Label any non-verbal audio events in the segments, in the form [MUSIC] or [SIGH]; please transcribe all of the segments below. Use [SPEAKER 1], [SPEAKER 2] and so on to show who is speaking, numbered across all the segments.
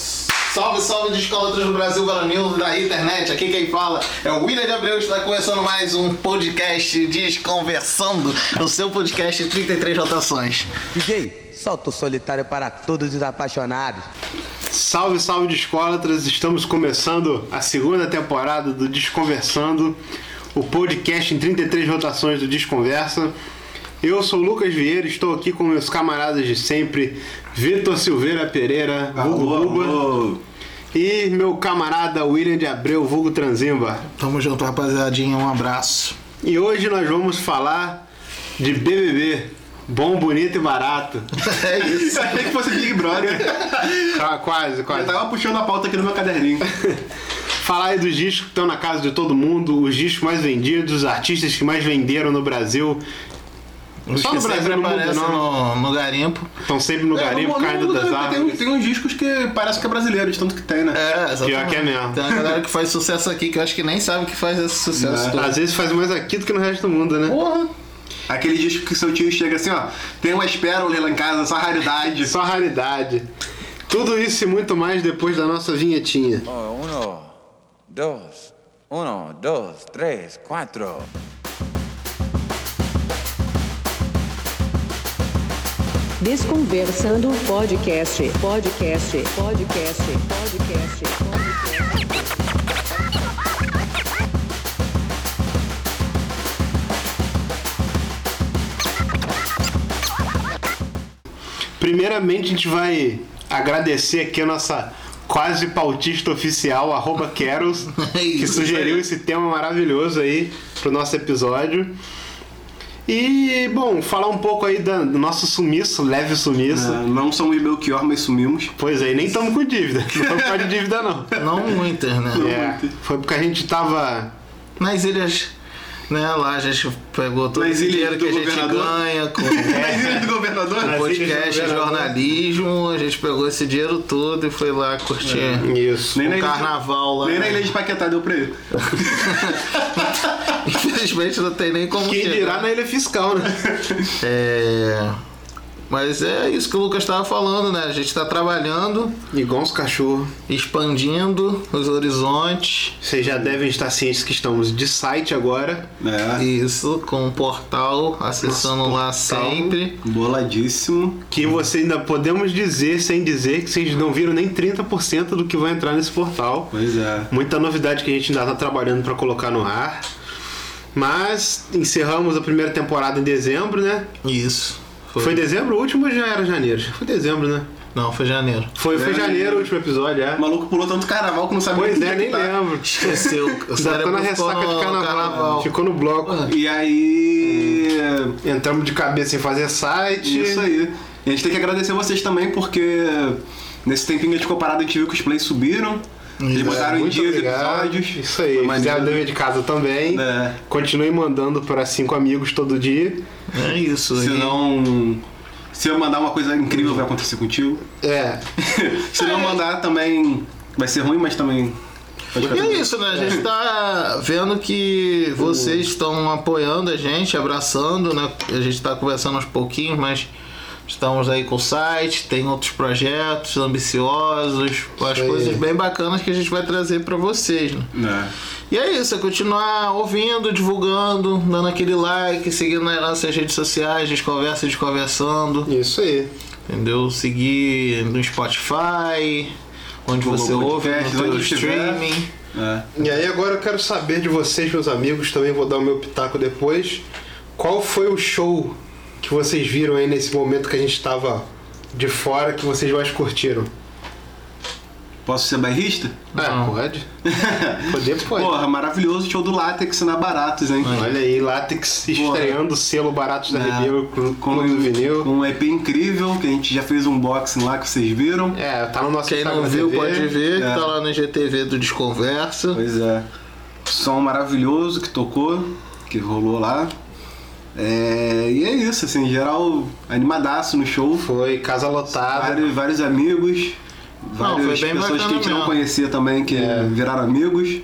[SPEAKER 1] Salve, salve de escolatras do Brasil, Garanil da internet. Aqui quem fala é o William de Abreu. Está começando mais um podcast Desconversando, o seu podcast 33 rotações.
[SPEAKER 2] DJ, solta o solitário para todos os apaixonados.
[SPEAKER 3] Salve, salve Discólatras! Estamos começando a segunda temporada do Desconversando, o podcast em 33 rotações do Desconversa. Eu sou o Lucas Vieira, estou aqui com meus camaradas de sempre, Vitor Silveira Pereira, vulgo Buba, e meu camarada William de Abreu, vulgo Transimba.
[SPEAKER 1] Tamo junto, rapaziadinha. Um abraço.
[SPEAKER 3] E hoje nós vamos falar de BBB, bom, bonito e
[SPEAKER 4] [LAUGHS]
[SPEAKER 3] barato.
[SPEAKER 1] [LAUGHS] É isso.
[SPEAKER 4] Achei que fosse Big Brother.
[SPEAKER 1] [LAUGHS]
[SPEAKER 3] Ah, quase,
[SPEAKER 4] Eu
[SPEAKER 3] quase.
[SPEAKER 4] tava puxando a pauta aqui no meu caderninho.
[SPEAKER 3] Falar aí dos discos que estão na casa de todo mundo, os discos mais vendidos, os artistas que mais venderam no Brasil.
[SPEAKER 1] Os
[SPEAKER 3] Só
[SPEAKER 1] que
[SPEAKER 3] no Brasil
[SPEAKER 1] sempre
[SPEAKER 3] não muda,
[SPEAKER 1] aparecem
[SPEAKER 3] não.
[SPEAKER 1] no, no garimpo.
[SPEAKER 3] Estão sempre no
[SPEAKER 4] É,
[SPEAKER 3] garimpo,
[SPEAKER 4] não- não
[SPEAKER 3] caindo
[SPEAKER 4] muda,
[SPEAKER 3] das
[SPEAKER 4] né? tem,
[SPEAKER 3] árvores.
[SPEAKER 4] tem uns discos que parece que é brasileiro, de tanto que tem, né?
[SPEAKER 1] É, exatamente.
[SPEAKER 3] Pior que é mesmo.
[SPEAKER 1] Tem uma galera que faz sucesso aqui que eu acho que nem sabe que faz esse
[SPEAKER 4] né?
[SPEAKER 1] sucesso todo.
[SPEAKER 3] É, Às vezes faz mais aqui do que no resto do mundo, né?
[SPEAKER 1] Porra.
[SPEAKER 4] Aquele disco que seu tio chega assim, ó, tem umas pérolas lá em casa, só
[SPEAKER 3] [LAUGHS]
[SPEAKER 4] raridade.
[SPEAKER 3] Só raridade. Tudo isso e muito mais depois da nossa vinhetinha.
[SPEAKER 5] Uno, dos, uno, dos, tres, cuatro.
[SPEAKER 6] Desconversando podcast, podcast, podcast, podcast, podcast.
[SPEAKER 3] Primeiramente, a gente vai agradecer aqui a nossa quase pautista oficial, arroba
[SPEAKER 4] [LAUGHS]
[SPEAKER 3] Carols,
[SPEAKER 1] [LAUGHS] É isso
[SPEAKER 3] que sugeriu
[SPEAKER 1] aí.
[SPEAKER 3] esse tema maravilhoso aí pro nosso episódio. E, bom, falar um pouco aí da- do nosso sumiço, leve sumiço.
[SPEAKER 4] É, não somos Belchior, mas sumimos.
[SPEAKER 3] Pois é, e nem estamos com
[SPEAKER 4] [LAUGHS]
[SPEAKER 3] dívida. Não foi por causa de dívida, não.
[SPEAKER 1] Não muitas, né?
[SPEAKER 3] É, foi porque a gente tava.
[SPEAKER 1] Nas ilhas, né? Lá a gente pegou todo o
[SPEAKER 4] Nas ilhas
[SPEAKER 1] dinheiro
[SPEAKER 4] do
[SPEAKER 1] que a gente
[SPEAKER 4] governador. É, assim,
[SPEAKER 1] ganha com
[SPEAKER 3] É.
[SPEAKER 4] Mas e do governador?
[SPEAKER 3] Nas ilhas do
[SPEAKER 1] podcast,
[SPEAKER 3] governador.
[SPEAKER 1] jornalismo. A gente pegou esse dinheiro todo e foi lá curtir
[SPEAKER 3] Isso. né?
[SPEAKER 1] o
[SPEAKER 4] na ilha de-
[SPEAKER 1] carnaval lá.
[SPEAKER 4] Nem na ilha de Paquetá deu pra ele.
[SPEAKER 1] Infelizmente não tem nem como
[SPEAKER 3] Quem
[SPEAKER 1] chegar.
[SPEAKER 3] dirá na ilha fiscal,
[SPEAKER 4] [LAUGHS]
[SPEAKER 3] né?
[SPEAKER 1] É... Mas é isso que o Lucas estava falando, né? A gente está trabalhando,
[SPEAKER 3] Igual os cachorros.
[SPEAKER 1] expandindo os horizontes.
[SPEAKER 3] Vocês já devem estar cientes que estamos de site agora.
[SPEAKER 4] É.
[SPEAKER 1] Isso, com o portal, acessando lá sempre.
[SPEAKER 4] É. Boladíssimo.
[SPEAKER 3] Que você ainda podemos dizer, sem dizer, que vocês não viram nem 30% do que vai entrar nesse portal.
[SPEAKER 4] Pois é.
[SPEAKER 3] Muita novidade que a gente ainda está trabalhando para colocar no ar. Mas encerramos a primeira temporada em dezembro, né?
[SPEAKER 1] Isso.
[SPEAKER 3] Foi, dezembro o último ou já era janeiro? Foi dezembro, né?
[SPEAKER 1] Não, foi janeiro.
[SPEAKER 3] Foi, foi
[SPEAKER 4] É.
[SPEAKER 3] janeiro o último episódio, é.
[SPEAKER 4] O maluco pulou tanto carnaval que não sabia
[SPEAKER 3] Pois
[SPEAKER 4] onde
[SPEAKER 3] é, nem
[SPEAKER 1] [LAUGHS]
[SPEAKER 4] tá.
[SPEAKER 3] lembro.
[SPEAKER 1] Esqueceu. O
[SPEAKER 3] Já tô
[SPEAKER 1] cérebro
[SPEAKER 3] na
[SPEAKER 1] ficou
[SPEAKER 3] ressaca de
[SPEAKER 1] no
[SPEAKER 3] carnaval.
[SPEAKER 1] carnaval.
[SPEAKER 3] Ficou no bloco.
[SPEAKER 4] E aí.
[SPEAKER 3] Entramos de cabeça em fazer site.
[SPEAKER 4] Isso aí. E a gente tem que agradecer vocês também, porque nesse tempinho que a gente ficou parado, a gente viu que os plays subiram. Eles botaram
[SPEAKER 3] É,
[SPEAKER 4] em
[SPEAKER 3] Muito
[SPEAKER 4] dia os
[SPEAKER 3] obrigado.
[SPEAKER 4] episódios.
[SPEAKER 3] Isso
[SPEAKER 4] Foi
[SPEAKER 3] aí.
[SPEAKER 4] maneiro.
[SPEAKER 3] Fizeram dever de casa também.
[SPEAKER 4] É.
[SPEAKER 3] Continue mandando para cinco amigos todo dia.
[SPEAKER 1] É isso.
[SPEAKER 4] Se
[SPEAKER 1] E-
[SPEAKER 4] não. Se eu mandar uma coisa incrível, vai acontecer contigo. [LAUGHS]
[SPEAKER 3] É.
[SPEAKER 4] Se não mandar, também vai ser ruim, mas também. pode
[SPEAKER 1] E
[SPEAKER 4] ficar
[SPEAKER 1] é
[SPEAKER 4] tranquilo.
[SPEAKER 1] isso, né? A gente tá vendo que vocês estão apoiando a gente, abraçando, né? A gente tá conversando aos pouquinhos, mas estamos aí com o site, tem outros projetos ambiciosos, as
[SPEAKER 3] aí.
[SPEAKER 1] coisas bem bacanas que a gente vai trazer pra vocês, né?
[SPEAKER 4] É.
[SPEAKER 1] E é isso, é continuar ouvindo, divulgando, dando aquele like, seguindo nas nossas redes sociais, Desconversa e Desconversando,
[SPEAKER 3] Isso aí.
[SPEAKER 1] entendeu? Seguir no Spotify, onde
[SPEAKER 4] Google
[SPEAKER 1] você ouve,
[SPEAKER 4] Podcast,
[SPEAKER 1] no seu
[SPEAKER 4] onde estiver.
[SPEAKER 1] streaming.
[SPEAKER 4] É.
[SPEAKER 3] E aí agora eu quero saber de vocês, meus amigos, também vou dar o meu pitaco depois. Qual foi o show que vocês viram aí nesse momento que a gente estava de fora que vocês mais curtiram?
[SPEAKER 4] Posso ser bairrista?
[SPEAKER 3] Ah, pode. Poder pode.
[SPEAKER 4] Porra, maravilhoso show do Látex na Baratos, hein?
[SPEAKER 3] Olha aí, Látex estreando o selo Baratos da
[SPEAKER 4] É.
[SPEAKER 3] Ribeiro com Clube do Vinil.
[SPEAKER 4] um EP incrível, que a gente já fez um unboxing lá que vocês viram.
[SPEAKER 3] É, tá no nosso
[SPEAKER 1] Quem não
[SPEAKER 3] Instagram
[SPEAKER 1] viu
[SPEAKER 3] TV.
[SPEAKER 1] pode ver,
[SPEAKER 4] é.
[SPEAKER 1] tá lá no GTV do Desconversa.
[SPEAKER 4] Pois é. Som maravilhoso que tocou, que rolou lá. É, e é isso, assim, em geral, animadaço no show.
[SPEAKER 3] Foi tá. casa lotada.
[SPEAKER 4] Vários, vários amigos,
[SPEAKER 1] Não,
[SPEAKER 4] várias
[SPEAKER 1] foi bem
[SPEAKER 4] pessoas que a gente
[SPEAKER 1] bacana mesmo.
[SPEAKER 4] não conhecia também, que
[SPEAKER 3] É.
[SPEAKER 4] viraram amigos.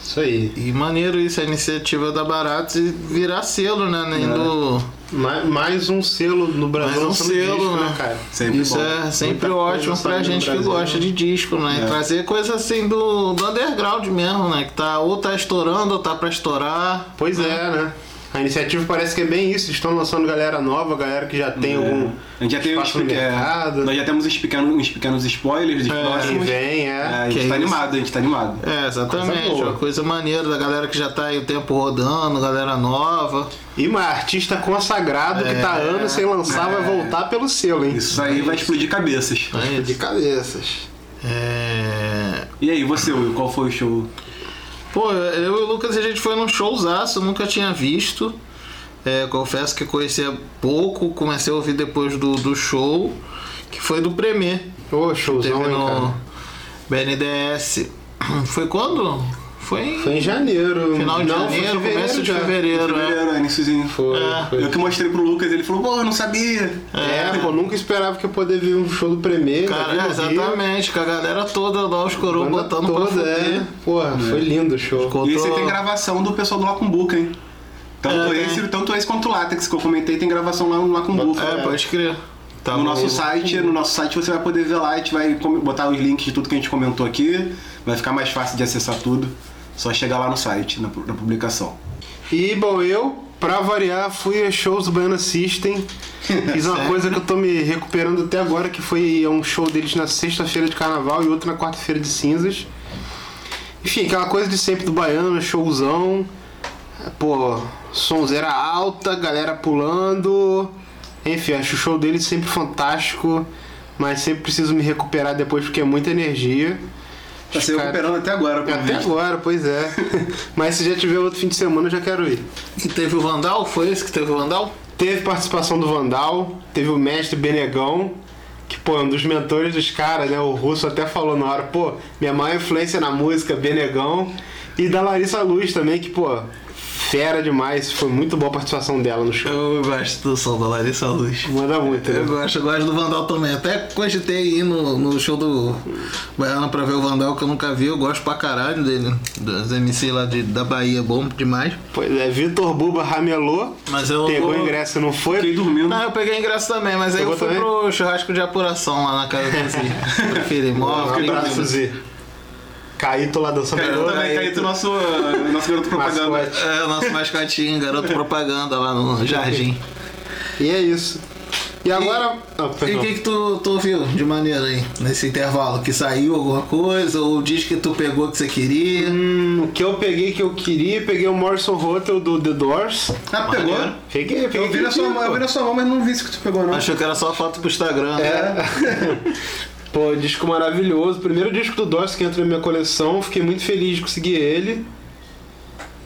[SPEAKER 3] Isso aí.
[SPEAKER 1] E maneiro isso, a iniciativa da Baratos e virar selo, né? Nem do
[SPEAKER 3] Ma- Mais um selo no Brasil.
[SPEAKER 1] Mais um
[SPEAKER 3] lançando
[SPEAKER 1] selo,
[SPEAKER 3] disco,
[SPEAKER 1] né?
[SPEAKER 3] cara?
[SPEAKER 4] Sempre
[SPEAKER 1] Isso
[SPEAKER 4] bom.
[SPEAKER 1] é sempre
[SPEAKER 3] Muita coisa
[SPEAKER 1] ótimo pra
[SPEAKER 3] saindo
[SPEAKER 1] gente
[SPEAKER 3] no
[SPEAKER 1] que
[SPEAKER 3] Brasil.
[SPEAKER 1] gosta de disco, né?
[SPEAKER 4] É.
[SPEAKER 1] Trazer coisa assim do, do underground mesmo, né? Que tá ou tá estourando ou tá pra estourar.
[SPEAKER 3] Pois é, né? A iniciativa parece que é bem isso. Estão lançando galera nova, galera que já tem
[SPEAKER 1] É.
[SPEAKER 3] algum.
[SPEAKER 4] É. A gente já tem uns
[SPEAKER 3] espaço no
[SPEAKER 4] pequenos,
[SPEAKER 3] mercado.
[SPEAKER 4] nós já temos uns pequenos, uns pequenos spoilers dos
[SPEAKER 3] Que
[SPEAKER 4] próximos.
[SPEAKER 3] vem,
[SPEAKER 4] É,
[SPEAKER 3] é.
[SPEAKER 4] a gente
[SPEAKER 1] Que isso.
[SPEAKER 4] tá animado, a gente tá animado.
[SPEAKER 1] É, exatamente.
[SPEAKER 3] Coisa boa.
[SPEAKER 1] uma coisa maneira da galera que já tá aí o tempo rodando, galera nova.
[SPEAKER 3] E uma artista consagrado que
[SPEAKER 1] É.
[SPEAKER 3] tá anos sem lançar vai voltar pelo selo, hein?
[SPEAKER 4] Isso aí vai explodir cabeças.
[SPEAKER 1] É
[SPEAKER 3] De
[SPEAKER 1] isso.
[SPEAKER 3] cabeças.
[SPEAKER 1] É...
[SPEAKER 4] E aí, você, Will, qual foi o show?
[SPEAKER 1] Pô, eu e o Lucas a gente foi num showzaço, eu nunca tinha visto. É, confesso que conhecia pouco, comecei a ouvir depois do, do show, que foi do Premier.
[SPEAKER 3] Ô,
[SPEAKER 1] Teve
[SPEAKER 3] showzão, hein,
[SPEAKER 1] no
[SPEAKER 3] cara?
[SPEAKER 1] BNDS. Foi quando? Foi em,
[SPEAKER 3] Foi em janeiro.
[SPEAKER 1] final de
[SPEAKER 3] Não, foi em
[SPEAKER 1] janeiro, começo de
[SPEAKER 3] já.
[SPEAKER 1] fevereiro. né?
[SPEAKER 4] Primeiro, é, iníciozinho.
[SPEAKER 3] Foi,
[SPEAKER 1] É.
[SPEAKER 3] foi.
[SPEAKER 4] Eu que mostrei pro Lucas, ele falou, pô, eu não sabia.
[SPEAKER 3] É, pô, nunca esperava que eu poderia ver um show do Premier.
[SPEAKER 1] Cara,
[SPEAKER 3] aqui no Rio.
[SPEAKER 1] exatamente, com a galera toda lá, os coroas
[SPEAKER 3] Banda
[SPEAKER 1] botando pra
[SPEAKER 3] toda,
[SPEAKER 1] fuder.
[SPEAKER 3] é. Porra, foi lindo o show.
[SPEAKER 1] Ficou
[SPEAKER 4] E esse aí
[SPEAKER 1] todo-
[SPEAKER 4] tem gravação do pessoal do Lacumbuca, hein? Tanto,
[SPEAKER 1] É,
[SPEAKER 4] esse,
[SPEAKER 1] tem.
[SPEAKER 4] tanto esse quanto o Látex que eu comentei tem gravação lá no Lacumbuca.
[SPEAKER 1] É, pode crer. Tá
[SPEAKER 4] no
[SPEAKER 1] bom.
[SPEAKER 4] nosso site, no nosso site você vai poder ver lá, a gente vai com- botar os links de tudo que a gente comentou aqui, vai ficar mais fácil de acessar tudo. Só chegar lá no site, na, pu- na publicação.
[SPEAKER 3] E, bom, eu, pra variar, fui a shows do Baiana System. Fiz uma coisa que eu tô me recuperando até agora, que foi um show deles na sexta-feira de carnaval e outro na quarta-feira de cinzas. Enfim, aquela coisa de sempre do Baiano, showzão. Pô, sonzeira alta, galera pulando. Enfim, acho o show deles sempre fantástico, mas sempre preciso me recuperar depois porque é muita energia.
[SPEAKER 4] Tá se
[SPEAKER 3] Os cara-
[SPEAKER 4] recuperando até agora, pelo
[SPEAKER 3] Até
[SPEAKER 4] visto.
[SPEAKER 3] agora, pois
[SPEAKER 1] [LAUGHS]
[SPEAKER 3] é. mas se já tiver outro fim de semana, eu já quero ir.
[SPEAKER 1] E teve o Vandal? Foi esse que teve o Vandal?
[SPEAKER 3] Teve participação do Vandal, teve o mestre Benegão, que, pô, é um dos mentores dos caras, né? O Russo até falou na hora, pô, minha maior influência na música, Benegão. E da Larissa Luz também, que, pô, fera demais. Foi muito boa a participação dela no show.
[SPEAKER 1] Eu gosto do som da Larissa Luz.
[SPEAKER 3] Manda muito,
[SPEAKER 1] Eu
[SPEAKER 3] né?
[SPEAKER 1] gosto, eu gosto do Vandal também. Até cogitei ir no, no show do Baiana pra ver o Vandal que eu nunca vi. Eu gosto pra caralho dele. Dos MC lá de, da Bahia, bom demais.
[SPEAKER 3] Pois é, Vitor Buba ramelou,
[SPEAKER 1] Mas eu.
[SPEAKER 3] pegou o
[SPEAKER 1] eu-
[SPEAKER 3] ingresso e não foi.
[SPEAKER 4] Fiquei dormindo.
[SPEAKER 1] Não, eu peguei ingresso também, mas aí
[SPEAKER 3] Pegou
[SPEAKER 1] eu fui
[SPEAKER 3] também?
[SPEAKER 1] pro churrasco de apuração lá na casa
[SPEAKER 3] [LAUGHS]
[SPEAKER 1] do Zi. Prefiro
[SPEAKER 3] Um
[SPEAKER 1] imóvel.
[SPEAKER 3] abraço, Z. Caíto lá dançando.
[SPEAKER 4] Cara, tá, eu também caí do nosso, nosso garoto propaganda.
[SPEAKER 3] Mascote.
[SPEAKER 1] É, o nosso mascotinho, garoto propaganda lá no jardim.
[SPEAKER 3] E é isso. E agora. Ah,
[SPEAKER 1] E
[SPEAKER 3] perdão.
[SPEAKER 1] o que, que tu, tu ouviu de maneira aí, nesse intervalo? Que saiu alguma coisa ou diz que tu pegou o que você queria?
[SPEAKER 3] Hum, O que eu peguei que eu queria, peguei o Morrison Hotel do The Doors.
[SPEAKER 4] Ah, pegou?
[SPEAKER 3] Peguei, peguei.
[SPEAKER 4] Eu vi, na sua, mão- eu vi na sua mão, mas não vi isso que tu pegou, não.
[SPEAKER 1] Achou que era só foto pro Instagram, né?
[SPEAKER 3] Pô, disco maravilhoso. Primeiro disco do Doors que entra na minha coleção. Fiquei muito feliz de conseguir ele.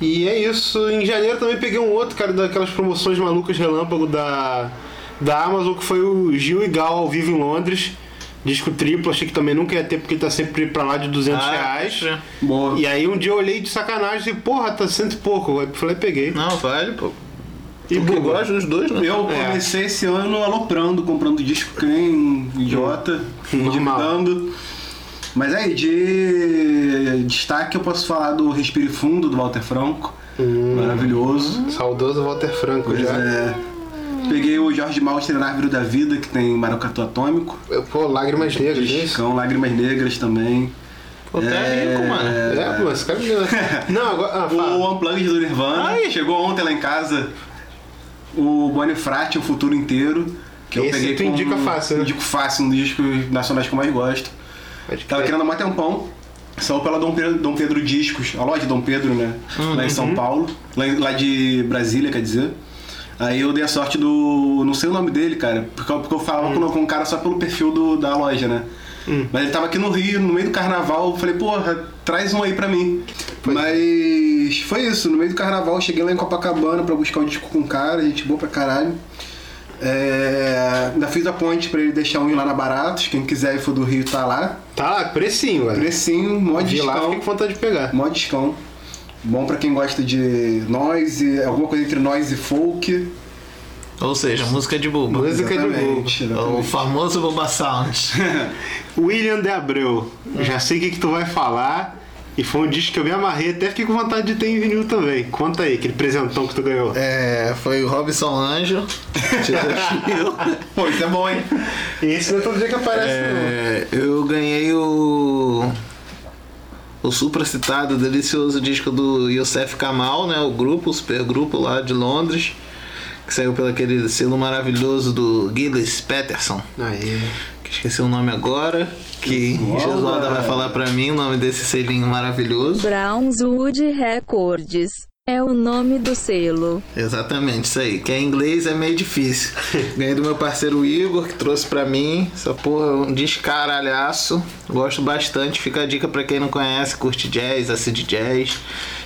[SPEAKER 3] E é isso. Em janeiro também peguei um outro, cara, daquelas promoções malucas relâmpago da, da Amazon, que foi o Gil e Gal ao vivo em Londres. Disco triplo, achei que também nunca ia ter, porque ele tá sempre pra lá de 200
[SPEAKER 1] Ah,
[SPEAKER 3] reais.
[SPEAKER 1] é.
[SPEAKER 4] Boa.
[SPEAKER 3] E aí um dia eu olhei de sacanagem e, porra, tá cento e pouco. Aí eu falei, peguei.
[SPEAKER 1] Não, vale, pô.
[SPEAKER 3] E
[SPEAKER 1] Porque eu
[SPEAKER 3] bugou.
[SPEAKER 1] gosto dos dois, né?
[SPEAKER 4] Eu
[SPEAKER 3] É.
[SPEAKER 4] comecei esse ano aloprando, comprando disco que nem idiota,
[SPEAKER 3] Normal.
[SPEAKER 4] endividando. Mas é aí, de destaque eu posso falar do Respire Fundo, do Walter Franco. Maravilhoso.
[SPEAKER 3] Saudoso Walter Franco
[SPEAKER 4] Pois
[SPEAKER 3] já.
[SPEAKER 4] é. Peguei o Jorge Malter na Árvore da Vida, que tem Maracatu Atômico.
[SPEAKER 3] Pô, Lágrimas Negras, né?
[SPEAKER 4] Discão, Lágrimas Negras também.
[SPEAKER 1] Pô, tá rico, mano.
[SPEAKER 3] É, pô, esse cara...
[SPEAKER 4] [LAUGHS]
[SPEAKER 3] Não, agora... Ah, fala.
[SPEAKER 4] O Unplugged do Nirvana. Chegou ontem lá em casa. O Bonifrati, O Futuro Inteiro. Que eu
[SPEAKER 3] Esse
[SPEAKER 4] peguei
[SPEAKER 3] tu
[SPEAKER 4] como-
[SPEAKER 3] indica fácil, né?
[SPEAKER 4] Indico fácil, um dos discos nacionais que eu mais gosto.
[SPEAKER 3] Pode
[SPEAKER 4] Tava
[SPEAKER 3] crer.
[SPEAKER 4] querendo há mó tempão. Saiu pela Dom Pedro, Dom Pedro Discos, a loja de Dom Pedro, né?
[SPEAKER 3] Uhum.
[SPEAKER 4] Lá em São Paulo. Lá, em- lá de Brasília, quer dizer. Aí eu dei a sorte do. Não sei o nome dele, cara. Porque, eu- porque eu falava
[SPEAKER 3] Uhum.
[SPEAKER 4] com, com o cara só pelo perfil do- da loja, né? Mas ele tava aqui no Rio, no meio do carnaval. Eu falei, porra, traz um aí pra mim.
[SPEAKER 3] é.
[SPEAKER 4] Mas foi isso. No meio do carnaval, eu cheguei lá em Copacabana pra buscar o disco com o cara. Gente boa pra caralho. É, ainda fiz a ponte pra ele deixar um lá na Baratos. Quem quiser e for do Rio, tá lá.
[SPEAKER 3] Tá lá, precinho, velho.
[SPEAKER 4] Precinho, mó
[SPEAKER 3] Vi lá,
[SPEAKER 4] discão.
[SPEAKER 3] fiquei com vontade de pegar.
[SPEAKER 4] Mó discão. Bom pra quem gosta de noise, alguma coisa entre noise e folk.
[SPEAKER 1] Ou seja, música de boba.
[SPEAKER 3] Música de
[SPEAKER 4] Exatamente,
[SPEAKER 1] O
[SPEAKER 4] exatamente.
[SPEAKER 1] famoso boba sound.
[SPEAKER 3] William de Abreu, já sei o que, que tu vai falar. E foi um disco que eu me amarrei, até fiquei com vontade de ter em vinil também. Conta aí, aquele presentão que tu ganhou.
[SPEAKER 1] É, foi o Robson Anjo. te
[SPEAKER 3] [LAUGHS]
[SPEAKER 1] desafiou.
[SPEAKER 4] Pô, isso é bom, hein?
[SPEAKER 3] Esse não é todo dia que aparece,
[SPEAKER 1] É, eu ganhei o. O supracitado, delicioso disco do Youssef Kamal, né? O grupo, o supergrupo lá de Londres. Que saiu pelo aquele selo maravilhoso do Gilles Peterson.
[SPEAKER 3] não. Aí.
[SPEAKER 1] Que esqueci o nome agora. Que Jesualda vai falar pra mim o nome desse selinho maravilhoso.
[SPEAKER 6] Brownswood Records é o nome do selo.
[SPEAKER 1] Exatamente, isso aí. Que é em inglês é meio
[SPEAKER 3] [LAUGHS]
[SPEAKER 1] difícil. Ganhei do meu parceiro Igor, que trouxe pra mim. Essa porra é um descaralhaço. Gosto bastante. Fica a dica pra quem não conhece, curte jazz, acid jazz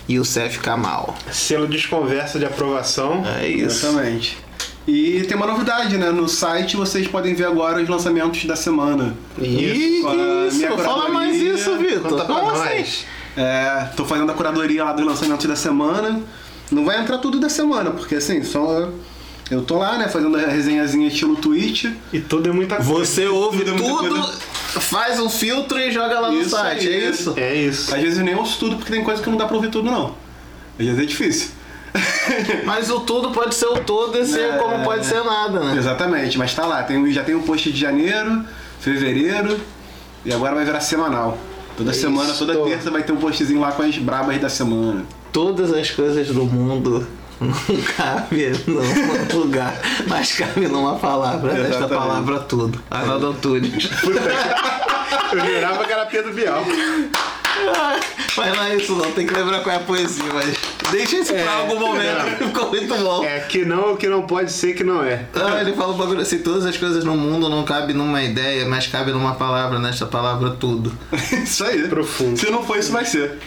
[SPEAKER 1] e o Cef Kamal.
[SPEAKER 3] Selo desconversa de aprovação.
[SPEAKER 1] É isso.
[SPEAKER 4] Exatamente. E tem uma novidade, né? No site vocês podem ver agora os lançamentos da semana.
[SPEAKER 1] Ih,
[SPEAKER 4] Com a
[SPEAKER 1] que
[SPEAKER 4] minha
[SPEAKER 1] isso? Fala
[SPEAKER 4] curadoria.
[SPEAKER 1] mais isso,
[SPEAKER 3] Conta
[SPEAKER 1] Vitor.
[SPEAKER 3] pra
[SPEAKER 1] Como assim?
[SPEAKER 3] nós.
[SPEAKER 4] É, tô fazendo a curadoria lá dos lançamentos da semana. Não vai entrar tudo da semana, porque assim, só. Eu tô lá, né? Fazendo a resenhazinha estilo Twitch.
[SPEAKER 3] E tudo é muita coisa.
[SPEAKER 1] Você ouve
[SPEAKER 4] Tudo, muita
[SPEAKER 1] tudo,
[SPEAKER 4] coisa.
[SPEAKER 1] faz um filtro e joga lá no
[SPEAKER 4] Isso
[SPEAKER 1] site.
[SPEAKER 4] aí.
[SPEAKER 1] É isso?
[SPEAKER 3] É isso.
[SPEAKER 4] Às vezes eu nem ouço tudo, porque tem coisa que não dá pra ouvir tudo, não. Às vezes é difícil.
[SPEAKER 1] Mas o tudo pode ser o todo e ser
[SPEAKER 4] É.
[SPEAKER 1] como pode ser nada, né?
[SPEAKER 4] Exatamente, mas tá lá. Tem, já tem o post de janeiro, fevereiro e agora vai virar semanal. Toda semana, toda terça vai ter um postzinho lá com as brabas da semana.
[SPEAKER 1] todas as coisas do mundo não cabe num [LAUGHS] lugar, mas cabe numa palavra. Esta
[SPEAKER 4] Exatamente.
[SPEAKER 1] palavra tudo. Arnaldo Antunes.
[SPEAKER 3] [LAUGHS] Eu jurava que era Pedro Bial.
[SPEAKER 1] mas não é isso não, tem que lembrar qual é a poesia, mas deixa isso pra algum momento, ficou muito bom.
[SPEAKER 3] É, que não é o que não pode ser que não é.
[SPEAKER 1] Ah, ele fala um bagulho assim, todas as coisas no mundo não cabe numa ideia, mas cabe numa palavra, nesta palavra tudo.
[SPEAKER 4] isso aí.
[SPEAKER 3] Profundo.
[SPEAKER 4] Se não for, isso vai ser.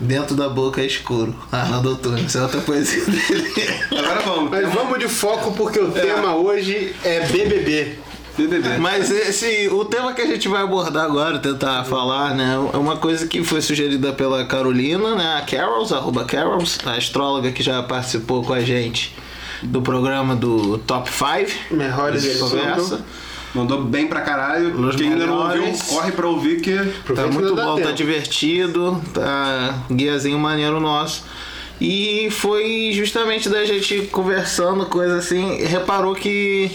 [SPEAKER 1] Dentro da boca é escuro. Arnaldo Antunes, essa é outra poesia dele.
[SPEAKER 4] Agora vamos.
[SPEAKER 3] Mas vamos de foco porque o tema hoje é BBB.
[SPEAKER 4] BBB.
[SPEAKER 1] [LAUGHS] Mas esse, o tema que a gente vai abordar agora, tentar falar, né? É uma coisa que foi sugerida pela Carolina, né? A Carols, arroba Carols, a astróloga que já participou com a gente do programa do Top 5.
[SPEAKER 3] Melhores
[SPEAKER 1] Esse conversa.
[SPEAKER 4] Mandou bem pra caralho.
[SPEAKER 1] Los
[SPEAKER 4] Quem ainda não ouviu,
[SPEAKER 1] melhores.
[SPEAKER 4] corre pra ouvir que.
[SPEAKER 1] Tá
[SPEAKER 3] Aproveita
[SPEAKER 1] muito
[SPEAKER 3] ainda dá
[SPEAKER 1] bom, tá
[SPEAKER 3] tempo.
[SPEAKER 1] divertido, tá guiazinho maneiro nosso. E foi justamente da gente conversando, coisa assim, reparou que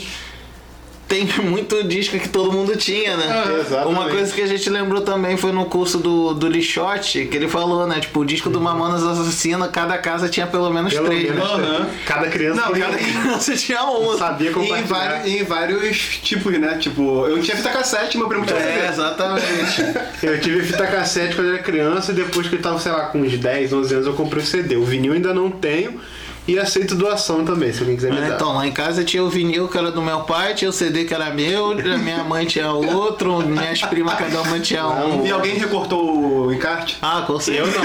[SPEAKER 1] tem [LAUGHS] muito disco que todo mundo tinha, né?
[SPEAKER 3] Ah, exatamente.
[SPEAKER 1] Uma coisa que a gente lembrou também foi no curso do, do Lixote, que ele falou, né? Tipo, o disco do Mamonas Assassino, cada casa tinha pelo menos
[SPEAKER 3] Pelo
[SPEAKER 1] três.
[SPEAKER 3] menos,
[SPEAKER 1] né?
[SPEAKER 4] Aham.
[SPEAKER 3] cada criança
[SPEAKER 4] Não,
[SPEAKER 3] tem
[SPEAKER 1] [LAUGHS]
[SPEAKER 4] cada-
[SPEAKER 1] Você tinha um.
[SPEAKER 3] sabia
[SPEAKER 4] E em,
[SPEAKER 3] compartilhar.
[SPEAKER 4] vari- em vários tipos, né? Tipo, eu tinha fita cassete, meu primo tinha
[SPEAKER 1] É,
[SPEAKER 4] CD.
[SPEAKER 1] exatamente.
[SPEAKER 3] Eu tive fita cassete quando era criança e depois que eu tava, sei lá, com uns 10, 11 anos eu comprei o CD. O vinil ainda não tenho e aceito doação também, se alguém quiser me
[SPEAKER 1] Ah,
[SPEAKER 3] dar.
[SPEAKER 1] Então, lá em casa tinha o vinil que era do meu pai, tinha o CD que era meu, a minha mãe tinha outro, minhas primas cada uma tinha um.
[SPEAKER 4] E alguém recortou o encarte?
[SPEAKER 1] Ah, com certeza.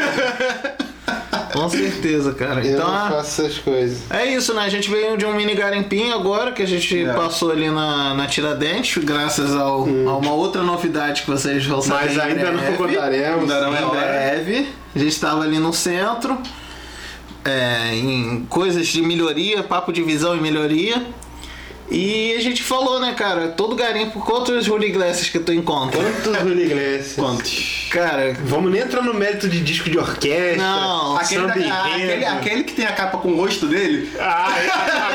[SPEAKER 1] Com certeza, cara. Então, ah,
[SPEAKER 3] essas coisas.
[SPEAKER 1] é isso, né? A gente veio de um mini garimpinho agora, que a gente
[SPEAKER 4] É. Hum.
[SPEAKER 1] passou ali na, na Tiradentes, graças ao, a uma outra novidade que vocês vão saber
[SPEAKER 3] Mas
[SPEAKER 1] em
[SPEAKER 3] ainda não
[SPEAKER 1] breve.
[SPEAKER 3] contaremos.
[SPEAKER 4] Ainda não é
[SPEAKER 1] Em
[SPEAKER 4] hora.
[SPEAKER 1] breve. A gente estava ali no centro, é, em coisas de melhoria, papo de visão e melhoria. E a gente falou, né, cara? Todo garimpo, quantos Holy Glasses que tu encontra?
[SPEAKER 3] Quantos Rony Iglesias?
[SPEAKER 4] Quantos? é
[SPEAKER 1] Cara,
[SPEAKER 3] Vamos nem entrar no mérito de disco de orquestra.
[SPEAKER 1] Não,
[SPEAKER 4] Aquele,
[SPEAKER 3] samba
[SPEAKER 4] da- aquele,
[SPEAKER 3] enredo.
[SPEAKER 4] aquele que tem a capa com o rosto dele,
[SPEAKER 3] Ah,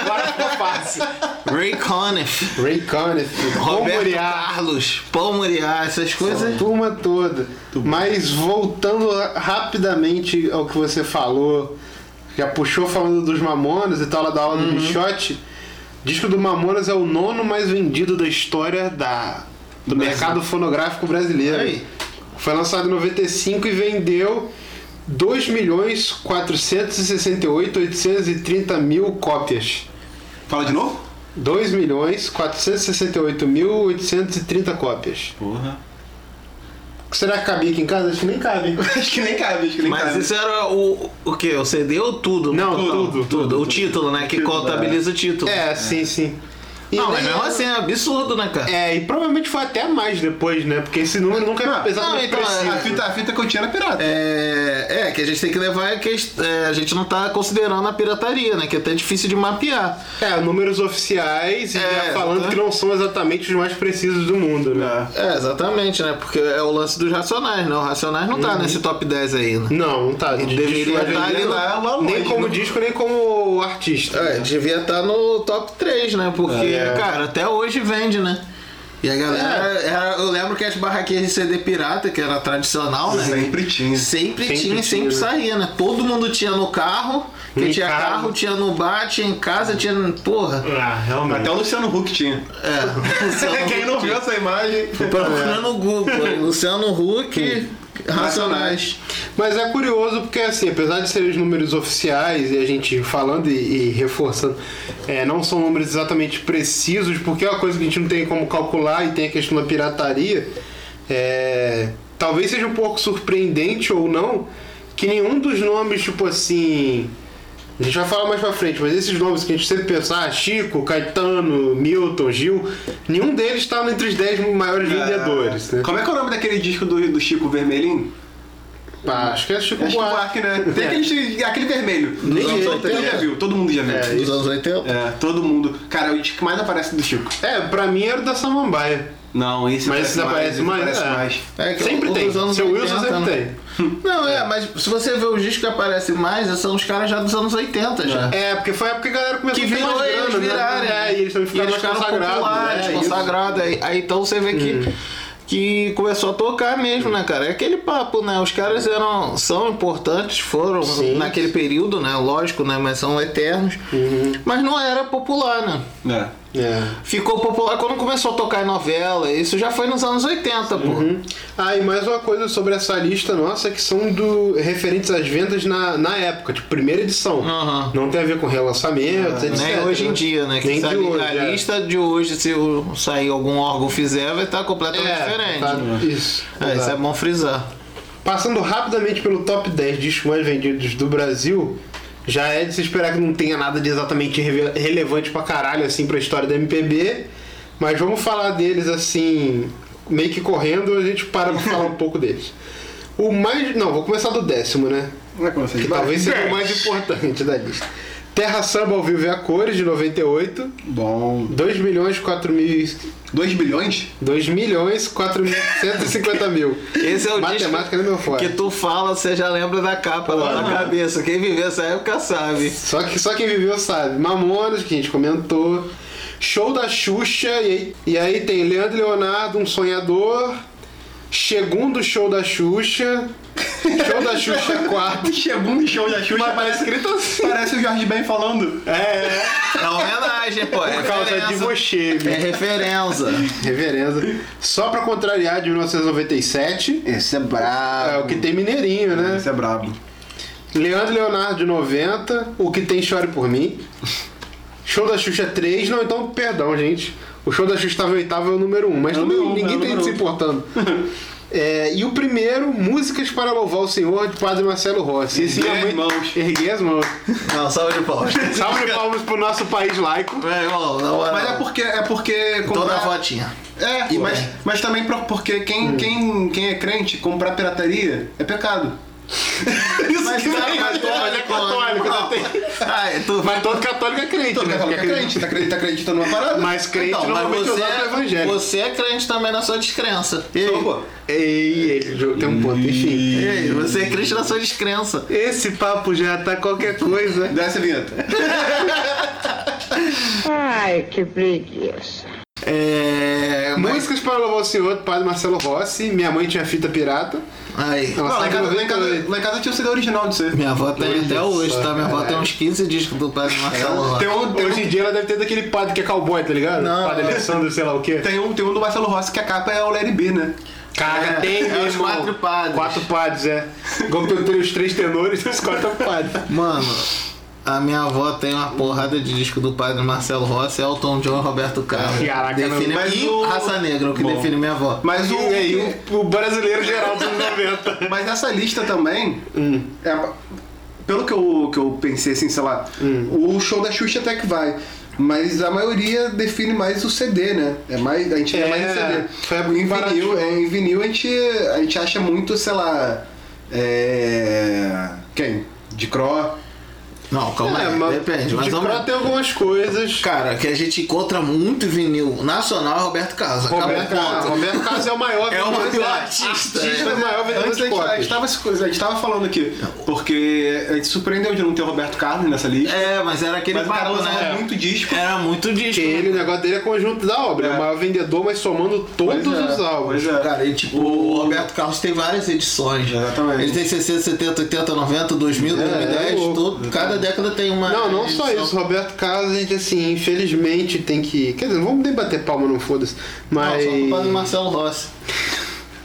[SPEAKER 3] agora ficou fácil.
[SPEAKER 1] Ray Conniff,
[SPEAKER 3] Ray Conniff,
[SPEAKER 1] Roberto
[SPEAKER 3] Romoriá,
[SPEAKER 1] Carlos, Paul Muriá, essas coisas.
[SPEAKER 3] turma toda. Mas voltando rapidamente ao que você falou, já puxou falando dos Mamonas e tal, lá da aula
[SPEAKER 1] Uhum.
[SPEAKER 3] do Michote. Disco do Mamonas é o nono mais vendido da história da, do mercado fonográfico brasileiro.
[SPEAKER 1] Aí.
[SPEAKER 3] Foi lançado em 95 e vendeu 2.468.830 mil cópias.
[SPEAKER 4] fala de novo?
[SPEAKER 3] 2.468.830 cópias.
[SPEAKER 4] Porra.
[SPEAKER 3] Será que cabia aqui em casa? Acho que nem cabe.
[SPEAKER 4] [LAUGHS] acho que nem cabe, acho que nem
[SPEAKER 1] Mas
[SPEAKER 4] cabe.
[SPEAKER 1] isso era o, o que? O CD ou tudo?
[SPEAKER 3] Não,
[SPEAKER 1] Tudo,
[SPEAKER 3] tudo,
[SPEAKER 1] tudo. O título, né? Que
[SPEAKER 4] Título,
[SPEAKER 1] contabiliza o título.
[SPEAKER 3] É, sim, sim. E
[SPEAKER 1] Não, mas
[SPEAKER 3] daí-
[SPEAKER 1] mesmo assim é absurdo, né, cara?
[SPEAKER 3] É, e provavelmente foi até mais depois, né? Porque esse número nunca é
[SPEAKER 1] não,
[SPEAKER 3] exatamente
[SPEAKER 1] então,
[SPEAKER 3] preciso.
[SPEAKER 4] A fita, a fita que eu tinha era pirata.
[SPEAKER 1] É, é, que a gente tem que levar a questão. a gente não tá considerando a pirataria, né? Que é até difícil de mapear.
[SPEAKER 3] É, números oficiais e
[SPEAKER 1] É,
[SPEAKER 3] já falando
[SPEAKER 1] tá.
[SPEAKER 3] que não são exatamente os mais precisos do mundo, né?
[SPEAKER 1] É, exatamente, né? Porque é o lance dos Racionais, né? O Racionais não tá nesse top né? 10
[SPEAKER 4] É.
[SPEAKER 1] ainda.
[SPEAKER 3] Não, não tá.
[SPEAKER 1] E
[SPEAKER 3] De
[SPEAKER 1] deveria
[SPEAKER 3] disco,
[SPEAKER 1] tá ali
[SPEAKER 3] não-
[SPEAKER 1] lá, lá
[SPEAKER 3] Nem
[SPEAKER 1] longe,
[SPEAKER 3] como
[SPEAKER 1] né?
[SPEAKER 3] disco, nem como artista.
[SPEAKER 1] É,
[SPEAKER 3] né?
[SPEAKER 1] devia estar no top 3, né? Porque,
[SPEAKER 3] É.
[SPEAKER 1] cara, até hoje vende, né? E a galera. era- eu lembro que as barraquinhas de CD pirata, que era tradicional, né?
[SPEAKER 4] Sempre tinha.
[SPEAKER 1] Sempre,
[SPEAKER 3] Sempre
[SPEAKER 1] tinha
[SPEAKER 3] tinha,
[SPEAKER 1] e sempre
[SPEAKER 3] né?
[SPEAKER 1] saía, né? Todo mundo tinha no carro. Quem
[SPEAKER 3] Em
[SPEAKER 1] tinha
[SPEAKER 3] casa.
[SPEAKER 1] carro, tinha no bar, tinha em casa, tinha. Porra.
[SPEAKER 3] [LAUGHS] Ah, realmente.
[SPEAKER 4] Até o Luciano Huck tinha.
[SPEAKER 1] É.
[SPEAKER 4] Quem não viu essa imagem.
[SPEAKER 1] Procura no Google. Luciano Huck, Racionais.
[SPEAKER 3] Mas é curioso porque, assim, apesar de serem os números oficiais e a gente falando e, e reforçando, é, não são números exatamente precisos, porque é uma coisa que a gente não tem como calcular e tem a questão da pirataria. é, talvez seja um pouco surpreendente ou não que nenhum dos nomes, tipo assim. A gente vai falar mais pra frente, mas esses nomes que a gente sempre pensa, ah, Chico, Caetano, Milton, Gil, nenhum deles tá entre os 10 maiores vendedores, né?
[SPEAKER 4] Como é que é o nome daquele disco do, do Chico Vermelhinho?
[SPEAKER 3] Ah, acho que é Chico
[SPEAKER 4] É Chico
[SPEAKER 3] Buarque.
[SPEAKER 4] Buarque, né? Tem
[SPEAKER 3] É.
[SPEAKER 4] aquele, aquele vermelho.
[SPEAKER 1] Nem
[SPEAKER 4] Todo-
[SPEAKER 1] eu,
[SPEAKER 4] todo mundo
[SPEAKER 1] tem.
[SPEAKER 4] já viu, todo mundo já viu.
[SPEAKER 3] É,
[SPEAKER 1] Dos anos 80?
[SPEAKER 4] É, todo mundo. Cara, o disco que mais aparece do Chico.
[SPEAKER 3] É, pra mim era o da Samambaia.
[SPEAKER 4] Não, esse
[SPEAKER 3] Mas esse aparece mais.
[SPEAKER 4] esse
[SPEAKER 3] é.
[SPEAKER 4] aparece mais.
[SPEAKER 1] É que
[SPEAKER 3] sempre
[SPEAKER 1] o-
[SPEAKER 3] tem.
[SPEAKER 1] os anos
[SPEAKER 3] Seu Wilson
[SPEAKER 1] 80,
[SPEAKER 3] sempre
[SPEAKER 1] né?
[SPEAKER 3] tem.
[SPEAKER 1] Não, é, mas se você ver os discos que aparecem mais, são os caras já dos anos 80 já.
[SPEAKER 3] É, porque foi a época que a galera começou
[SPEAKER 1] que
[SPEAKER 3] a ter
[SPEAKER 1] virou
[SPEAKER 3] mais
[SPEAKER 1] eles
[SPEAKER 3] grana,
[SPEAKER 1] viraram.
[SPEAKER 3] né? É, e eles também ficaram mais consagrados.
[SPEAKER 1] populares,
[SPEAKER 3] né? É, isso. Hum.
[SPEAKER 1] consagrados. Aí, aí então você vê que, que começou a tocar mesmo, né, cara? É aquele papo, né? Os caras eram, são importantes, foram
[SPEAKER 3] Sim.
[SPEAKER 1] naquele período, né? Lógico, né? Mas são eternos.
[SPEAKER 3] Uhum.
[SPEAKER 1] Mas não era popular, né?
[SPEAKER 4] É.
[SPEAKER 3] É.
[SPEAKER 1] Ficou popular quando começou a tocar em novela. Isso já foi nos anos 80, pô. Né?
[SPEAKER 3] Ah, e mais uma coisa sobre essa lista nossa que são do referentes às vendas na, na época, tipo, primeira edição.
[SPEAKER 1] Aham. Ah,
[SPEAKER 3] Não tem a ver com relançamentos, etc.
[SPEAKER 1] Nem hoje em dia, né? Que
[SPEAKER 3] Nem
[SPEAKER 1] se a,
[SPEAKER 3] de hoje,
[SPEAKER 1] a
[SPEAKER 3] é.
[SPEAKER 1] lista de hoje, se o- sair algum órgão fizer, vai estar completamente
[SPEAKER 3] É,
[SPEAKER 1] diferente.
[SPEAKER 3] tá- isso.
[SPEAKER 1] É, isso é
[SPEAKER 3] exato.
[SPEAKER 1] bom frisar.
[SPEAKER 3] Passando rapidamente pelo top 10 discos mais vendidos do Brasil, já é de se esperar que não tenha nada de exatamente reve- relevante pra caralho, assim, pra história da MPB. Mas vamos falar deles, assim, meio que correndo, a gente para pra falar um pouco deles. O mais. Não, vou começar do décimo, né?
[SPEAKER 4] Como é que você
[SPEAKER 3] Que talvez seja o mais importante da lista. Terra Samba ao vivo e a cores, de 98.
[SPEAKER 4] Bom.
[SPEAKER 3] 2 milhões, 4 mil.
[SPEAKER 4] 2 bilhões?
[SPEAKER 3] 2 milhões, 4 mil, 150 mil.
[SPEAKER 1] Esse é o
[SPEAKER 3] Matemática não é
[SPEAKER 1] disco
[SPEAKER 3] meu forte.
[SPEAKER 1] que tu fala, você já lembra da capa lá na cabeça. Quem viveu essa época sabe.
[SPEAKER 3] Só, que, só quem viveu sabe. Mamonas, que a gente comentou. Show da Xuxa. E aí, e aí tem Leandro e Leonardo, um sonhador. Segundo show da Xuxa. Show da Xuxa
[SPEAKER 4] [LAUGHS]
[SPEAKER 3] 4.
[SPEAKER 4] Chegou um show da Xuxa.
[SPEAKER 3] Mas parece escrito assim.
[SPEAKER 4] Parece o Jorge Ben falando.
[SPEAKER 3] É,
[SPEAKER 1] É uma homenagem, pô. É
[SPEAKER 3] por causa de
[SPEAKER 1] referência.
[SPEAKER 3] você.
[SPEAKER 1] É
[SPEAKER 3] viu?
[SPEAKER 1] referência.
[SPEAKER 3] Reverenda. Só pra contrariar, de 1997.
[SPEAKER 4] Esse é brabo.
[SPEAKER 3] É o que tem Mineirinho, né?
[SPEAKER 4] Esse é brabo.
[SPEAKER 3] Leandro e Leonardo de 90, o que tem Chore por mim. Show da Xuxa 3, não, então, perdão, gente. O show da Xuxa estava em oitavo é o número 1, mas
[SPEAKER 4] É o
[SPEAKER 3] também
[SPEAKER 4] número um, é
[SPEAKER 3] ninguém
[SPEAKER 4] o
[SPEAKER 3] tem
[SPEAKER 4] número
[SPEAKER 3] se
[SPEAKER 4] um. [LAUGHS]
[SPEAKER 3] importando. É, e o primeiro, Músicas para Louvar o Senhor, de Padre Marcelo Rossi. Esse
[SPEAKER 4] Erguer
[SPEAKER 3] minha mãe-
[SPEAKER 4] as mãos.
[SPEAKER 3] Erguer as mãos.
[SPEAKER 1] Não, salve de palmas.
[SPEAKER 3] [LAUGHS] Salve
[SPEAKER 4] [LAUGHS]
[SPEAKER 3] de palmas pro nosso país laico.
[SPEAKER 1] Meu irmão, na moral.
[SPEAKER 4] Mas é porque. É porque
[SPEAKER 1] Toda
[SPEAKER 4] comprar-
[SPEAKER 1] a fotinha.
[SPEAKER 4] É, e mas, mas também pro- porque quem,
[SPEAKER 3] Hum.
[SPEAKER 4] quem, quem é crente, comprar pirataria é pecado.
[SPEAKER 3] Isso
[SPEAKER 1] Mas
[SPEAKER 3] que
[SPEAKER 1] tá
[SPEAKER 3] não é
[SPEAKER 1] católico,
[SPEAKER 3] mas é católico. não tem-
[SPEAKER 1] Ai, tu
[SPEAKER 3] Mas todo católico é crente,
[SPEAKER 4] Todo
[SPEAKER 3] né?
[SPEAKER 4] católico é
[SPEAKER 3] Porque
[SPEAKER 4] crente, tá acreditando, tá acreditando numa parada.
[SPEAKER 3] Mas crente
[SPEAKER 1] Então, mas
[SPEAKER 3] normalmente é
[SPEAKER 1] você,
[SPEAKER 3] usado pro
[SPEAKER 1] é,
[SPEAKER 3] evangelho.
[SPEAKER 1] você é crente também na sua descrença. E aí?
[SPEAKER 4] Então, pô,
[SPEAKER 3] Ei, ele tem um ponto, enfim.
[SPEAKER 1] E aí? Você é crente na sua descrença.
[SPEAKER 3] Esse papo já tá qualquer coisa.
[SPEAKER 4] Desce a vinheta.
[SPEAKER 7] Ai, que preguiça.
[SPEAKER 1] É. Mas...
[SPEAKER 3] Músicas para louvar o senhor, do padre Marcelo Rossi, minha mãe tinha fita pirata.
[SPEAKER 1] Aí.
[SPEAKER 3] Não,
[SPEAKER 4] Não, lá, em casa, lá, em casa,
[SPEAKER 3] 98.
[SPEAKER 4] lá em casa tinha o CD original de você.
[SPEAKER 1] Minha avó tem
[SPEAKER 3] Olha
[SPEAKER 1] até hoje,
[SPEAKER 3] só,
[SPEAKER 1] tá? Minha avó tem
[SPEAKER 3] caralho.
[SPEAKER 1] uns 15 discos do Padre Marcelo
[SPEAKER 3] É.
[SPEAKER 1] Rossi.
[SPEAKER 4] Tem um, tem,
[SPEAKER 3] Hoje em
[SPEAKER 4] um,
[SPEAKER 3] dia ela deve ter daquele padre que é cowboy, tá ligado?
[SPEAKER 1] Não.
[SPEAKER 3] Padre Alessandro, sei lá o quê.
[SPEAKER 4] tem, um, tem um do Marcelo Rossi que a capa é o Larry B, né?
[SPEAKER 3] Caraca, tem,
[SPEAKER 1] é
[SPEAKER 3] meu
[SPEAKER 1] os
[SPEAKER 3] irmão.
[SPEAKER 1] quatro padres.
[SPEAKER 3] Quatro padres, é. Como eu tenho os três tenores, os quatro [LAUGHS] padres.
[SPEAKER 1] Mano, a minha avó tem uma porrada de disco do padre Marcelo Rossi, Elton John e Roberto Carlos.
[SPEAKER 3] Caraca,
[SPEAKER 1] define
[SPEAKER 3] não,
[SPEAKER 4] mas
[SPEAKER 1] e
[SPEAKER 4] o-
[SPEAKER 1] raça negra, o que
[SPEAKER 4] Bom.
[SPEAKER 1] define minha avó.
[SPEAKER 4] Mas o.
[SPEAKER 3] E aí, o, o brasileiro geral dos anos 90.
[SPEAKER 4] Mas essa lista também.
[SPEAKER 3] Hum. Hum.
[SPEAKER 4] é- pelo que eu, que eu pensei, assim, sei lá, o show da Xuxa até que vai. Mas a maioria define mais o CD, né? É mais, a gente é,
[SPEAKER 3] É,
[SPEAKER 4] mais em
[SPEAKER 3] foi
[SPEAKER 4] CD. Em vinil,
[SPEAKER 3] barateou.
[SPEAKER 4] é, em vinil a gente, a gente acha muito, sei lá. É, quem? De Cro.
[SPEAKER 1] Não, calma aí, depende. Mas
[SPEAKER 3] É, de
[SPEAKER 1] vamos...
[SPEAKER 3] Croá tem algumas coisas.
[SPEAKER 1] Cara, que a gente encontra muito vinil nacional é Roberto Carlos. acabou
[SPEAKER 3] Roberto
[SPEAKER 1] o
[SPEAKER 3] Carlos,
[SPEAKER 1] ponto.
[SPEAKER 3] Roberto Carlos é o
[SPEAKER 1] [LAUGHS]
[SPEAKER 3] maior
[SPEAKER 1] É o
[SPEAKER 3] vendedor-
[SPEAKER 1] maior artista. é.
[SPEAKER 3] artista é maior vendedor
[SPEAKER 4] Antes
[SPEAKER 3] de
[SPEAKER 4] a gente,
[SPEAKER 3] pop.
[SPEAKER 4] a, gente tava, se- a gente tava falando aqui, porque a gente surpreendeu de não ter o Roberto Carlos nessa lista.
[SPEAKER 1] É, mas era aquele
[SPEAKER 4] mas o cara
[SPEAKER 1] papo,
[SPEAKER 4] usava
[SPEAKER 1] né?
[SPEAKER 4] muito disco.
[SPEAKER 1] Era muito disco.
[SPEAKER 3] é
[SPEAKER 1] né?
[SPEAKER 3] Que ele, o negócio dele é conjunto da obra. É, o maior vendedor, mas somando todos
[SPEAKER 4] Pois é,
[SPEAKER 3] os álbuns.
[SPEAKER 4] pois é.
[SPEAKER 1] Cara, e tipo, o Roberto Carlos tem várias edições. né?
[SPEAKER 4] Exatamente.
[SPEAKER 1] Ele tem 60, 70, 80, 90, 2000,
[SPEAKER 3] É,
[SPEAKER 1] 2010,
[SPEAKER 3] é louco.
[SPEAKER 1] tudo. Cada década tem uma.
[SPEAKER 3] Não, não só
[SPEAKER 1] edição.
[SPEAKER 3] isso. Roberto Carlos, a gente, assim, infelizmente tem que. Quer dizer, não vamos nem bater palma, não foda-se.
[SPEAKER 1] Não,
[SPEAKER 3] Mas.
[SPEAKER 1] só por causa do Marcelo Rossi.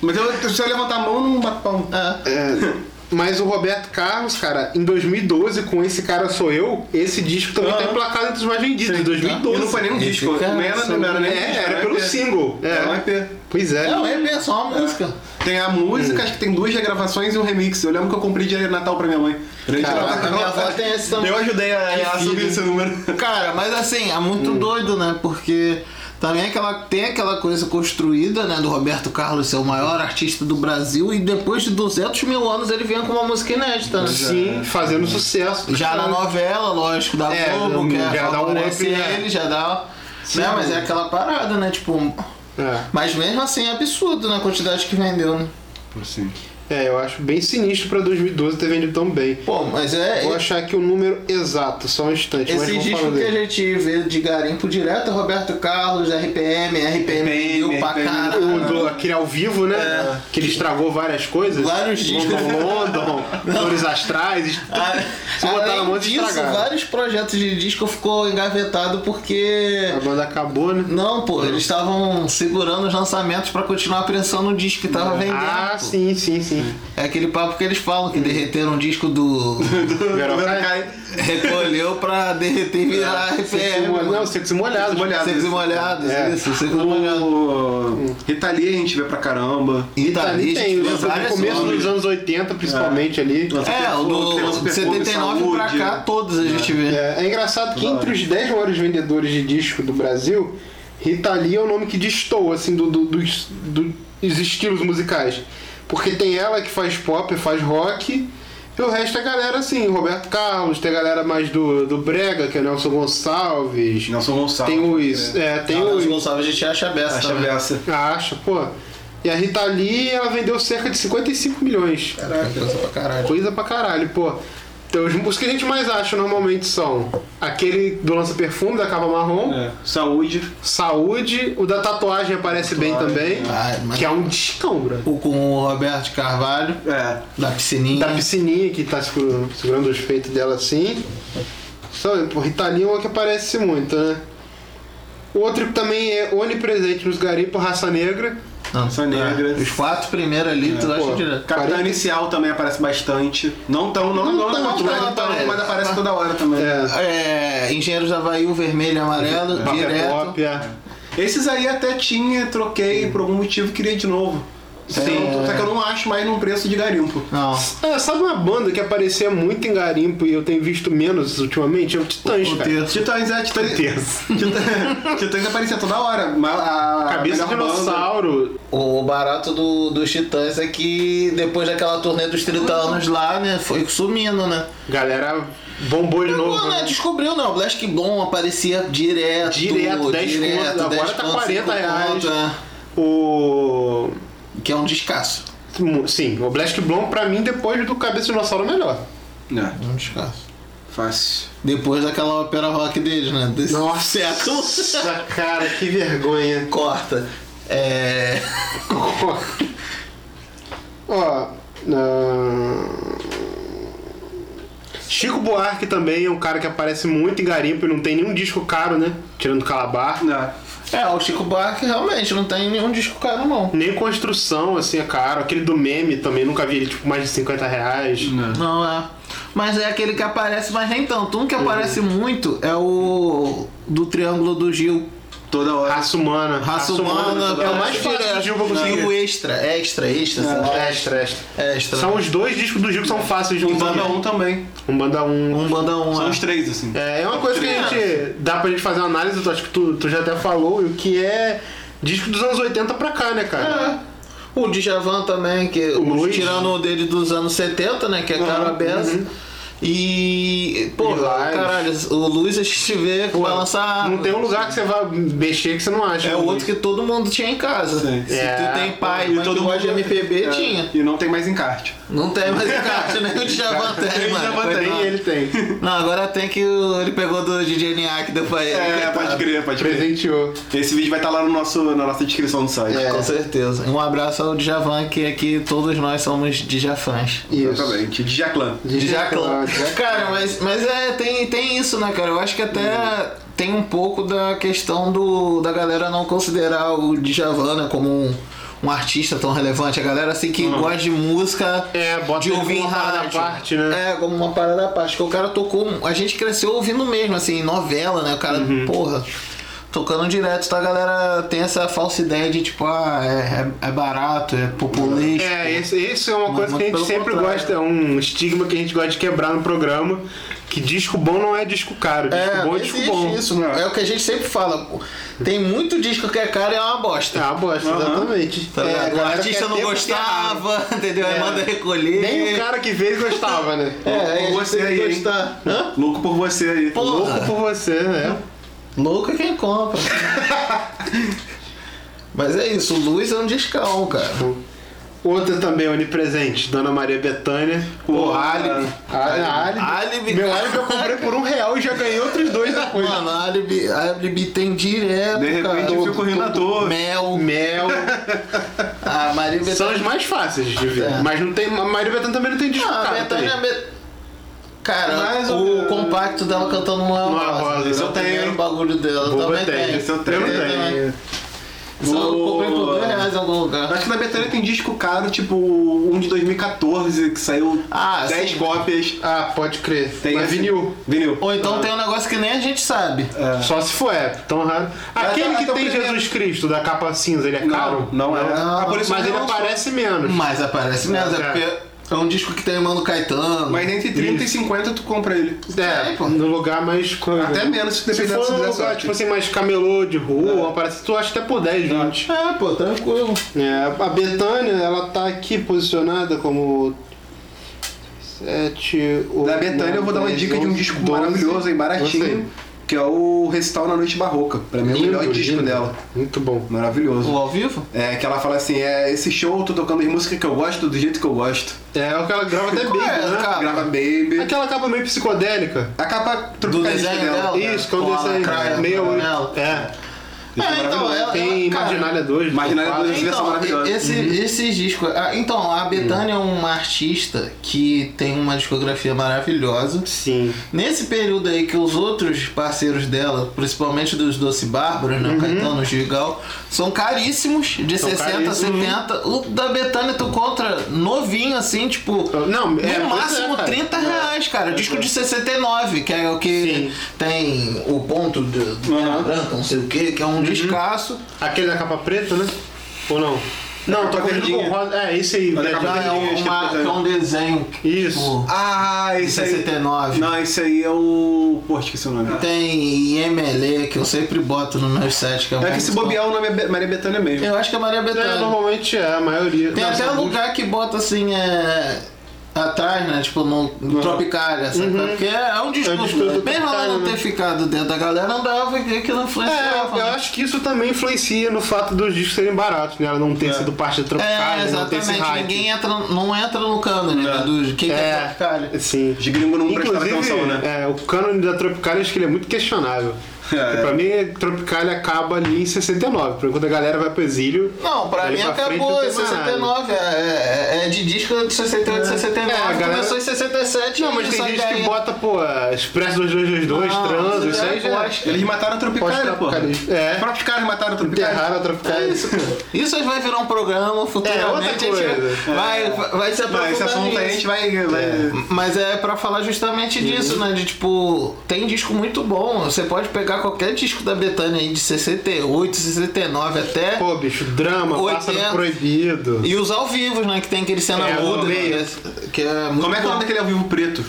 [SPEAKER 4] Mas eu, se eu levantar a mão, não bato palma.
[SPEAKER 1] É.
[SPEAKER 3] É, mas o Roberto Carlos, cara, em 2012, com esse cara sou eu, esse disco também tá emplacado entre os mais vendidos. Em 2012.
[SPEAKER 4] E não foi nem um
[SPEAKER 1] Esse
[SPEAKER 4] disco.
[SPEAKER 1] cara
[SPEAKER 4] Não era, não era nem um
[SPEAKER 3] É,
[SPEAKER 4] disco,
[SPEAKER 3] era pelo
[SPEAKER 4] EP.
[SPEAKER 3] single. É.
[SPEAKER 4] Era um EP.
[SPEAKER 3] Pois é.
[SPEAKER 1] É um EP, só uma música.
[SPEAKER 4] Tem a música, acho que tem duas regravações e um remix. Eu lembro que eu comprei de Natal pra minha mãe. Durante
[SPEAKER 1] Caraca,
[SPEAKER 4] Natal.
[SPEAKER 1] minha avó tem esse também.
[SPEAKER 4] Eu ajudei a, a
[SPEAKER 1] Então, Que
[SPEAKER 4] subir
[SPEAKER 1] filho.
[SPEAKER 4] esse número.
[SPEAKER 1] Cara, mas assim, é muito
[SPEAKER 3] Hum.
[SPEAKER 1] doido, né? Porque também é aquela, tem aquela coisa construída, né? Do Roberto Carlos ser o maior artista do Brasil e depois de 200 mil anos ele vem com uma música inédita, né?
[SPEAKER 3] Sim, fazendo sucesso.
[SPEAKER 1] Já na novela, lógico, da
[SPEAKER 3] É,
[SPEAKER 1] Globo, que
[SPEAKER 3] já
[SPEAKER 1] é,
[SPEAKER 3] dá um
[SPEAKER 1] favorece
[SPEAKER 3] up, né?
[SPEAKER 1] ele, já dá. né? Mas é aquela parada, né? Tipo.
[SPEAKER 3] É.
[SPEAKER 1] Mas mesmo assim é absurdo na quantidade que vendeu, né?
[SPEAKER 3] É, eu acho bem sinistro pra 2012 ter vendido tão bem.
[SPEAKER 1] Pô, mas é.
[SPEAKER 3] Vou achar aqui o número exato, só um instante. mas
[SPEAKER 1] Esse
[SPEAKER 3] vou falar
[SPEAKER 1] disco que a
[SPEAKER 3] dele.
[SPEAKER 1] gente vê de garimpo direto é Roberto Carlos, RPM, RPM, vendeu pra
[SPEAKER 4] RPM,
[SPEAKER 1] caralho.
[SPEAKER 3] Ah, O do, aquele ao vivo, né? Que ele estragou várias coisas.
[SPEAKER 1] É. Vários discos. [LAUGHS]
[SPEAKER 3] London, London Flores Astrais. est- Se botar na
[SPEAKER 1] Ah, Além
[SPEAKER 3] mão,
[SPEAKER 1] disso,
[SPEAKER 3] estragaram.
[SPEAKER 1] vários projetos de disco ficou engavetado porque.
[SPEAKER 3] A banda acabou, né?
[SPEAKER 1] Não, pô, eles estavam segurando os lançamentos pra continuar prensando o disco que tava vendendo.
[SPEAKER 3] Ah,
[SPEAKER 1] pô.
[SPEAKER 3] sim, sim, sim.
[SPEAKER 1] É aquele papo que eles falam que derreteram um disco
[SPEAKER 3] [LAUGHS]
[SPEAKER 1] do.
[SPEAKER 3] Verocai.
[SPEAKER 1] Recolheu pra derreter e virar
[SPEAKER 3] Ah,
[SPEAKER 1] RPM.
[SPEAKER 3] Secos e
[SPEAKER 1] mano.
[SPEAKER 3] Não, secos e molhados.
[SPEAKER 4] Molhados.
[SPEAKER 1] Secos e molhados,
[SPEAKER 3] É.
[SPEAKER 1] isso, secos e molhados.
[SPEAKER 4] O Ritalia Hum. a gente vê pra caramba.
[SPEAKER 3] Ali
[SPEAKER 1] Itali,
[SPEAKER 3] tem,
[SPEAKER 1] gente,
[SPEAKER 3] né? no
[SPEAKER 1] várias
[SPEAKER 3] começo
[SPEAKER 1] obras.
[SPEAKER 3] dos anos 80, principalmente ali.
[SPEAKER 1] É, o
[SPEAKER 4] Tem
[SPEAKER 1] do
[SPEAKER 4] Superfogo,
[SPEAKER 1] 79 pra
[SPEAKER 4] Saúde.
[SPEAKER 1] cá, todos a gente vê.
[SPEAKER 3] É, é engraçado que entre os 10 maiores vendedores de disco do Brasil, Rita Lee é o nome que destoa, assim, do, do- dos, do- dos estilos musicais. Porque tem ela que faz pop, faz rock, e o resto é galera, assim, Roberto Carlos, tem a galera mais do, do Brega, que é o Nelson Gonçalves.
[SPEAKER 4] Nelson Gonçalves.
[SPEAKER 3] Tem os... É, tem
[SPEAKER 1] Ah, Nelson
[SPEAKER 3] os...
[SPEAKER 1] Gonçalves a gente acha besta.
[SPEAKER 4] Acha
[SPEAKER 1] né?
[SPEAKER 4] beça.
[SPEAKER 3] Acha, pô. E a Rita Lee, ela vendeu cerca de 55 milhões.
[SPEAKER 1] Caraca, coisa pra caralho.
[SPEAKER 3] Coisa pra caralho, pô. Então, os, os que a gente mais acha normalmente são aquele do Lança Perfume, da capa marrom,
[SPEAKER 4] É. Saúde.
[SPEAKER 3] Saúde, o da tatuagem aparece bem também,
[SPEAKER 1] Ah, mas-
[SPEAKER 3] que é um discão, bro.
[SPEAKER 1] O com o Roberto Carvalho,
[SPEAKER 4] É.
[SPEAKER 1] da piscininha.
[SPEAKER 3] Da piscininha que tá segurando, segurando os peitos dela assim. Então, o Ritalinho é o que aparece muito, né? Outro que também é onipresente nos garimpos, Raça Negra.
[SPEAKER 1] Não,
[SPEAKER 4] São
[SPEAKER 1] é.
[SPEAKER 4] negras.
[SPEAKER 1] Os quatro primeiros ali, tu acha
[SPEAKER 3] É. pô.
[SPEAKER 1] direto.
[SPEAKER 4] Capitão
[SPEAKER 3] Quarenta-
[SPEAKER 4] Inicial também aparece bastante. Não tão, não,
[SPEAKER 3] Não
[SPEAKER 4] não, não,
[SPEAKER 3] tanto,
[SPEAKER 4] quantidade,
[SPEAKER 3] mas
[SPEAKER 4] tão,
[SPEAKER 3] aparece.
[SPEAKER 4] mas aparece toda hora também.
[SPEAKER 3] É,
[SPEAKER 1] É, Engenheiros da Havaí, o vermelho e amarelo,
[SPEAKER 3] Papel
[SPEAKER 1] direto.
[SPEAKER 3] Pop, é.
[SPEAKER 4] Esses aí até tinha, troquei por algum motivo e queria de novo. Sim. Só que eu não acho mais num preço de garimpo.
[SPEAKER 3] [LAUGHS]
[SPEAKER 1] Não.
[SPEAKER 3] Ah, sabe uma banda que aparecia muito em garimpo e eu tenho visto menos ultimamente? É o Titãs,
[SPEAKER 1] O
[SPEAKER 3] cara.
[SPEAKER 1] terço.
[SPEAKER 4] Titãs, é, Titãs.
[SPEAKER 3] Titãs.
[SPEAKER 4] Titã- Titãs aparecia toda hora. ma- A, a
[SPEAKER 3] Cabeça de
[SPEAKER 4] melhor banda.
[SPEAKER 3] dinossauro.
[SPEAKER 1] O barato do, dos Titãs é que depois daquela turnê dos 30 anos lá, né, foi sumindo, né?
[SPEAKER 3] Galera bombou de novo.
[SPEAKER 1] Não, né,
[SPEAKER 3] né?
[SPEAKER 1] descobriu, não. O Black Blom aparecia direto.
[SPEAKER 3] Direto, 10 conto. Agora tá 40
[SPEAKER 1] cinco
[SPEAKER 3] reais.
[SPEAKER 1] é.
[SPEAKER 4] tipo-
[SPEAKER 3] O.
[SPEAKER 1] que é um descasso.
[SPEAKER 3] Sim, o Black Blom, pra mim, depois do Cabeça de Dinossauro, é o melhor.
[SPEAKER 4] É,
[SPEAKER 1] Um descasso.
[SPEAKER 4] fácil.
[SPEAKER 1] Depois daquela ópera rock deles, né? Desse
[SPEAKER 3] Nossa.
[SPEAKER 1] século.
[SPEAKER 3] Nossa, cara, que vergonha.
[SPEAKER 1] Corta. É.
[SPEAKER 3] Ó. ah, Chico Buarque também é um cara que aparece muito em garimpo e não tem nenhum disco caro, né? Tirando Calabar.
[SPEAKER 4] É.
[SPEAKER 1] É, o Chico Buarque realmente não tem nenhum disco caro, não.
[SPEAKER 3] Nem construção, assim, é caro. Aquele do meme também, nunca vi ele, tipo, mais de 50 reais.
[SPEAKER 1] Não é. Mas é aquele que
[SPEAKER 3] Uhum.
[SPEAKER 1] aparece, mas nem tanto. Um que aparece muito é o do Triângulo do Gil.
[SPEAKER 4] Toda hora.
[SPEAKER 3] Raça humana.
[SPEAKER 1] Raça humana né?
[SPEAKER 4] é o mais
[SPEAKER 3] fácil do Gil pra conseguir.
[SPEAKER 1] E o tipo, extra, extra, extra, sei lá.
[SPEAKER 3] Extra, extra.
[SPEAKER 1] extra.
[SPEAKER 3] São os dois discos do Gil que são fáceis de
[SPEAKER 4] Um banda um
[SPEAKER 3] conseguir.
[SPEAKER 4] também.
[SPEAKER 3] Um banda um.
[SPEAKER 1] tá- um banda um.
[SPEAKER 4] São
[SPEAKER 1] é.
[SPEAKER 4] os três, assim.
[SPEAKER 3] É, é uma coisa que a gente. Dá pra gente fazer uma análise, eu acho que tu, tu já até falou, e o que é disco dos anos 80 pra cá, né, cara?
[SPEAKER 1] É. O Djavan também, que
[SPEAKER 3] O
[SPEAKER 1] os
[SPEAKER 3] Luiz.
[SPEAKER 1] tirando o dele dos anos 70, né? Que é cara Bessa. E. Pô,
[SPEAKER 3] Lives.
[SPEAKER 1] caralho, o Luiz a gente vê que
[SPEAKER 3] Pô,
[SPEAKER 1] vai lançar.
[SPEAKER 3] Não tem um lugar que você vai mexer que você não acha.
[SPEAKER 1] É o outro que todo mundo tinha em casa.
[SPEAKER 4] Sim.
[SPEAKER 1] Se
[SPEAKER 3] É,
[SPEAKER 1] tu tem pai,
[SPEAKER 4] E
[SPEAKER 1] mãe, todo mundo de MPB,
[SPEAKER 4] é,
[SPEAKER 1] tinha.
[SPEAKER 4] E não tem mais encarte.
[SPEAKER 1] Não tem mais encaixe, nem o Djavan [LAUGHS] tem,
[SPEAKER 4] o
[SPEAKER 1] mano.
[SPEAKER 4] Djavan
[SPEAKER 3] Mas
[SPEAKER 4] tem,
[SPEAKER 3] nem
[SPEAKER 4] ó.
[SPEAKER 1] [LAUGHS]
[SPEAKER 3] ele tem.
[SPEAKER 1] Não, agora tem que o- ele pegou do DJ Niak que deu pra ele.
[SPEAKER 4] É,
[SPEAKER 1] coitado.
[SPEAKER 4] [LAUGHS] pode crer, pode crer.
[SPEAKER 3] Presenteou.
[SPEAKER 4] Esse vídeo vai estar lá no nosso, na nossa descrição do site.
[SPEAKER 1] É, Com certeza. Um abraço ao Djavan, que aqui todos nós somos Djafans.
[SPEAKER 3] Isso.
[SPEAKER 4] Exatamente. Djaclan.
[SPEAKER 1] Djaclan.
[SPEAKER 3] Djaclan, Djaclan.
[SPEAKER 1] [LAUGHS] Cara, mas, mas é, tem, tem isso, né, cara? Eu acho que até tem um pouco da questão do da galera não considerar o Djavan né, como um, um artista tão relevante. A galera assim que gosta de música,
[SPEAKER 3] Uhum. É, bota
[SPEAKER 1] de
[SPEAKER 3] ele
[SPEAKER 1] ouvir
[SPEAKER 3] como
[SPEAKER 1] em
[SPEAKER 3] uma parada à
[SPEAKER 1] rádio.
[SPEAKER 3] parte, né?
[SPEAKER 1] É, como uma parada à parte. Porque o cara tocou... A gente cresceu ouvindo mesmo, assim, novela, né? O cara,
[SPEAKER 3] Uhum.
[SPEAKER 1] porra... Tocando direto, tá? A galera tem essa falsa ideia de tipo, ah, é, é- é barato, é populista.
[SPEAKER 3] É, esse, esse é uma
[SPEAKER 1] Mas
[SPEAKER 3] coisa
[SPEAKER 1] muito
[SPEAKER 3] que a gente
[SPEAKER 1] pelo
[SPEAKER 3] sempre
[SPEAKER 1] contrário.
[SPEAKER 3] gosta, é um estigma que a gente gosta de quebrar no programa, que disco bom não é disco caro, disco bom é disco
[SPEAKER 1] existe
[SPEAKER 3] bom.
[SPEAKER 1] isso, É o que a gente sempre fala. pô. Tem muito disco que é caro e é uma bosta.
[SPEAKER 3] É uma bosta, exatamente.
[SPEAKER 1] Tá
[SPEAKER 3] É,
[SPEAKER 1] ligado?
[SPEAKER 3] a
[SPEAKER 1] o
[SPEAKER 3] galera
[SPEAKER 1] artista
[SPEAKER 3] quer
[SPEAKER 1] não
[SPEAKER 3] ter o que é raro.
[SPEAKER 1] gostava, [LAUGHS] entendeu? Aí
[SPEAKER 3] É.
[SPEAKER 1] manda recolher.
[SPEAKER 3] Nem o cara que fez gostava, né?
[SPEAKER 1] É,
[SPEAKER 4] Louco
[SPEAKER 1] aí a
[SPEAKER 4] por
[SPEAKER 1] gente
[SPEAKER 4] você
[SPEAKER 1] tem que
[SPEAKER 4] aí, hein?
[SPEAKER 1] gostar. Hã?
[SPEAKER 4] Louco por você aí.
[SPEAKER 1] Porra.
[SPEAKER 3] Louco por você, né?
[SPEAKER 1] Louco é quem compra. [LAUGHS] Mas é isso, o Luiz é um discão, cara.
[SPEAKER 3] Outra também onipresente, Dona Maria Bethânia.
[SPEAKER 4] Pô,
[SPEAKER 3] O Alibi. Ah, Alibi.
[SPEAKER 1] Alibi,
[SPEAKER 3] Meu
[SPEAKER 1] cara.
[SPEAKER 3] Alibi eu comprei por um real e já ganhei outros dois depois.
[SPEAKER 1] Mano, a Alibi, a Alibi tem direto,
[SPEAKER 4] De repente
[SPEAKER 1] cara.
[SPEAKER 4] eu fico rindo à toa.
[SPEAKER 1] Mel,
[SPEAKER 3] Mel.
[SPEAKER 1] [LAUGHS] a tá Maria
[SPEAKER 3] São
[SPEAKER 1] Bethânia.
[SPEAKER 3] as mais fáceis de ver.
[SPEAKER 1] É.
[SPEAKER 3] Mas não tem, a Maria Bethânia também não tem disco
[SPEAKER 1] Ah, a
[SPEAKER 3] caro.
[SPEAKER 4] é
[SPEAKER 1] Bethânia...
[SPEAKER 3] também.
[SPEAKER 1] Be- Cara,
[SPEAKER 4] Mais ou
[SPEAKER 1] o
[SPEAKER 4] menos.
[SPEAKER 1] compacto dela cantando Noel
[SPEAKER 3] Noel
[SPEAKER 1] Rosa.
[SPEAKER 3] Rosa,
[SPEAKER 1] Esse é
[SPEAKER 3] eu
[SPEAKER 1] o
[SPEAKER 3] tenho.
[SPEAKER 1] primeiro bagulho dela.
[SPEAKER 3] Boba
[SPEAKER 1] também
[SPEAKER 3] tem,
[SPEAKER 1] tem.
[SPEAKER 3] esse eu
[SPEAKER 4] tenho
[SPEAKER 1] também.
[SPEAKER 3] também.
[SPEAKER 1] Só eu
[SPEAKER 4] Boa.
[SPEAKER 1] comprei por dois reais em algum lugar.
[SPEAKER 4] Acho que na Betânia tem disco caro, tipo um de 2014, que saiu
[SPEAKER 1] Ah,
[SPEAKER 4] 10
[SPEAKER 1] sim.
[SPEAKER 4] cópias.
[SPEAKER 3] Ah, pode crer.
[SPEAKER 4] Tem
[SPEAKER 3] Mas
[SPEAKER 4] esse-
[SPEAKER 3] vinil.
[SPEAKER 4] Vinil.
[SPEAKER 1] Ou então tem um negócio que nem a gente sabe.
[SPEAKER 3] Só se for é, tão raro. Aquele
[SPEAKER 4] até-
[SPEAKER 3] que
[SPEAKER 4] até o
[SPEAKER 3] tem
[SPEAKER 4] primeiro.
[SPEAKER 3] Jesus Cristo, da capa cinza, ele é caro?
[SPEAKER 4] um Não, não é. Ah, por isso
[SPEAKER 3] Mas
[SPEAKER 4] que
[SPEAKER 3] ele
[SPEAKER 4] não lançou.
[SPEAKER 3] aparece menos.
[SPEAKER 1] Mas aparece mesmo, é
[SPEAKER 3] É.
[SPEAKER 1] porque é um disco que tem o Mano Caetano.
[SPEAKER 4] Mas entre 30
[SPEAKER 3] Isso.
[SPEAKER 4] e 50 tu compra ele.
[SPEAKER 3] É,
[SPEAKER 1] É, pô.
[SPEAKER 3] no lugar mais.
[SPEAKER 4] Até menos, se
[SPEAKER 3] Se
[SPEAKER 4] dependendo
[SPEAKER 3] for
[SPEAKER 4] se der
[SPEAKER 3] num lugar,
[SPEAKER 4] sorte. É.
[SPEAKER 3] tipo assim, mais camelô de rua, aparece, tu acha até por 10, 20.
[SPEAKER 1] É, pô, tranquilo.
[SPEAKER 3] É, a Betânia, ela tá aqui posicionada como. 7, 8.
[SPEAKER 4] Da Betânia eu vou dar uma dica de um disco maravilhoso e baratinho, que é o Recital na Noite Barroca. Pra mim é o melhor disco dela.
[SPEAKER 3] Muito bom.
[SPEAKER 1] O
[SPEAKER 4] Maravilhoso.
[SPEAKER 1] ao vivo?
[SPEAKER 4] É que ela fala assim, é esse show eu tô tocando as músicas que eu gosto do jeito que eu gosto.
[SPEAKER 3] É, o que ela grava até
[SPEAKER 1] Qual
[SPEAKER 3] bem,
[SPEAKER 1] é,
[SPEAKER 3] né?
[SPEAKER 1] cara?
[SPEAKER 4] Grava Baby.
[SPEAKER 3] Aquela capa meio psicodélica.
[SPEAKER 4] A capa
[SPEAKER 1] Do
[SPEAKER 4] tropicalista
[SPEAKER 1] desenho dela.
[SPEAKER 3] Isso, que é um
[SPEAKER 1] Com a lacraia,
[SPEAKER 3] desenho meio.
[SPEAKER 1] com a janela.
[SPEAKER 3] É,
[SPEAKER 1] É, então, ela,
[SPEAKER 3] tem
[SPEAKER 1] ela, cara,
[SPEAKER 3] Marginalia 2.
[SPEAKER 4] Marginalia
[SPEAKER 3] quatro.
[SPEAKER 4] 2, versão
[SPEAKER 1] Então,
[SPEAKER 4] maravilhosa.
[SPEAKER 1] esse,
[SPEAKER 3] Uhum.
[SPEAKER 1] esses discos. ah, então, a Betânia é uma artista que tem uma discografia maravilhosa.
[SPEAKER 3] Sim.
[SPEAKER 1] Nesse período aí que os outros parceiros dela, principalmente dos Doce Bárbaros, né? O Caetano, o Gigal, são caríssimos, de
[SPEAKER 3] Uhum. São
[SPEAKER 1] 60,
[SPEAKER 3] caríssimos.
[SPEAKER 1] 70. O da Betânia tu contra novinho, assim, tipo.
[SPEAKER 3] Não,
[SPEAKER 1] No
[SPEAKER 3] é, pois
[SPEAKER 1] máximo
[SPEAKER 3] é, cara. é.
[SPEAKER 1] 30 reais, cara. Disco de 69, que é o que
[SPEAKER 3] Sim.
[SPEAKER 1] tem o ponto do, do
[SPEAKER 4] Aham.
[SPEAKER 1] branco, não sei o que, que é um
[SPEAKER 3] Uhum.
[SPEAKER 1] descasso.
[SPEAKER 3] Aquele da capa preta, né? Ou não? Não, tô
[SPEAKER 4] capa
[SPEAKER 3] aquele com
[SPEAKER 4] verdinha.
[SPEAKER 3] rosa. É, esse aí.
[SPEAKER 4] Olha,
[SPEAKER 3] verdinho.
[SPEAKER 4] capa
[SPEAKER 1] Já é,
[SPEAKER 4] Aquele que
[SPEAKER 1] uma-
[SPEAKER 4] é
[SPEAKER 1] que é um desenho.
[SPEAKER 3] Isso.
[SPEAKER 1] tipo,
[SPEAKER 4] Ah, esse aí.
[SPEAKER 1] 69.
[SPEAKER 4] Não, esse aí é o. Pô, esqueci o nome.
[SPEAKER 1] tem IMLE, que eu sempre boto no meu set. Que é,
[SPEAKER 4] É
[SPEAKER 1] muito
[SPEAKER 4] que se
[SPEAKER 1] bom.
[SPEAKER 4] bobear o nome é Be- Maria Bethânia mesmo.
[SPEAKER 1] Eu acho que é Maria
[SPEAKER 3] É,
[SPEAKER 1] Bethânia.
[SPEAKER 3] normalmente é, a maioria.
[SPEAKER 1] Tem
[SPEAKER 3] Não,
[SPEAKER 1] até um
[SPEAKER 3] são muitos.
[SPEAKER 1] lugar que bota assim, é. Atrás, né? Tipo, no no Tropicália, sabe? Porque é um disco.
[SPEAKER 3] Uhum. É um disco do
[SPEAKER 1] mesmo ela
[SPEAKER 3] Tropicália,
[SPEAKER 1] não ter
[SPEAKER 3] né?
[SPEAKER 1] ficado dentro da galera, andava e que não influenciava.
[SPEAKER 3] É, eu
[SPEAKER 1] né?
[SPEAKER 3] acho que isso também influencia no fato dos discos serem baratos, né? Ela não ter sido parte da Tropicália,
[SPEAKER 1] É,
[SPEAKER 3] não ter esse
[SPEAKER 1] exatamente.
[SPEAKER 3] hype.
[SPEAKER 1] Ninguém entra, não entra no cânone né, do que, que é,
[SPEAKER 3] É.
[SPEAKER 1] Tropicália.
[SPEAKER 3] Sim.
[SPEAKER 4] Os gringos não prestaram
[SPEAKER 3] Inclusive,
[SPEAKER 4] atenção, né?
[SPEAKER 3] é, o cânone da Tropicália acho que ele é muito questionável.
[SPEAKER 4] É,
[SPEAKER 3] Porque Pra mim, Tropicália acaba ali em 69, por enquanto a galera vai pro exílio.
[SPEAKER 1] Não, pra
[SPEAKER 3] Daí
[SPEAKER 1] mim
[SPEAKER 3] pra frente
[SPEAKER 1] acabou
[SPEAKER 3] não tem
[SPEAKER 1] em
[SPEAKER 3] mais nada.
[SPEAKER 1] 69. É, é, é é de disco de 68, 69.
[SPEAKER 3] É, a galera-
[SPEAKER 1] Começou em 67.
[SPEAKER 3] Não, mas
[SPEAKER 1] e
[SPEAKER 3] tem
[SPEAKER 1] essa
[SPEAKER 3] gente que
[SPEAKER 1] ideia-
[SPEAKER 3] bota, pô, Expresso 2222,
[SPEAKER 1] Não,
[SPEAKER 3] Trans,
[SPEAKER 1] mas
[SPEAKER 3] isso aí
[SPEAKER 1] é
[SPEAKER 3] já...
[SPEAKER 1] pós-
[SPEAKER 4] Eles mataram a Tropicália, pô.
[SPEAKER 3] Pós-Tropicalista. É.
[SPEAKER 4] Os próprios caras mataram a Tropicália.
[SPEAKER 3] Enterraram a
[SPEAKER 1] É
[SPEAKER 3] Tropicália.
[SPEAKER 1] Isso, cara. isso aí vai virar um programa futuramente.
[SPEAKER 3] É, outra coisa.
[SPEAKER 1] a gente Vai, vai, vai se aprofundar
[SPEAKER 4] Mas É. esse assunto a
[SPEAKER 1] nisso.
[SPEAKER 4] gente vai... vai-
[SPEAKER 1] Mas é pra falar justamente disso, né? De tipo, tem disco muito bom. Você pode pegar qualquer disco da Betânia aí de 68, 69 até.
[SPEAKER 3] Pô, bicho, drama, pássaro
[SPEAKER 1] 80.
[SPEAKER 3] proibido.
[SPEAKER 1] E os ao vivo, né? Que tem aquele cena
[SPEAKER 3] É,
[SPEAKER 1] muda.
[SPEAKER 3] no
[SPEAKER 1] né,
[SPEAKER 3] meio.
[SPEAKER 1] Que é muito
[SPEAKER 4] Como é que é o
[SPEAKER 1] bom.
[SPEAKER 4] nome daquele ao vivo preto?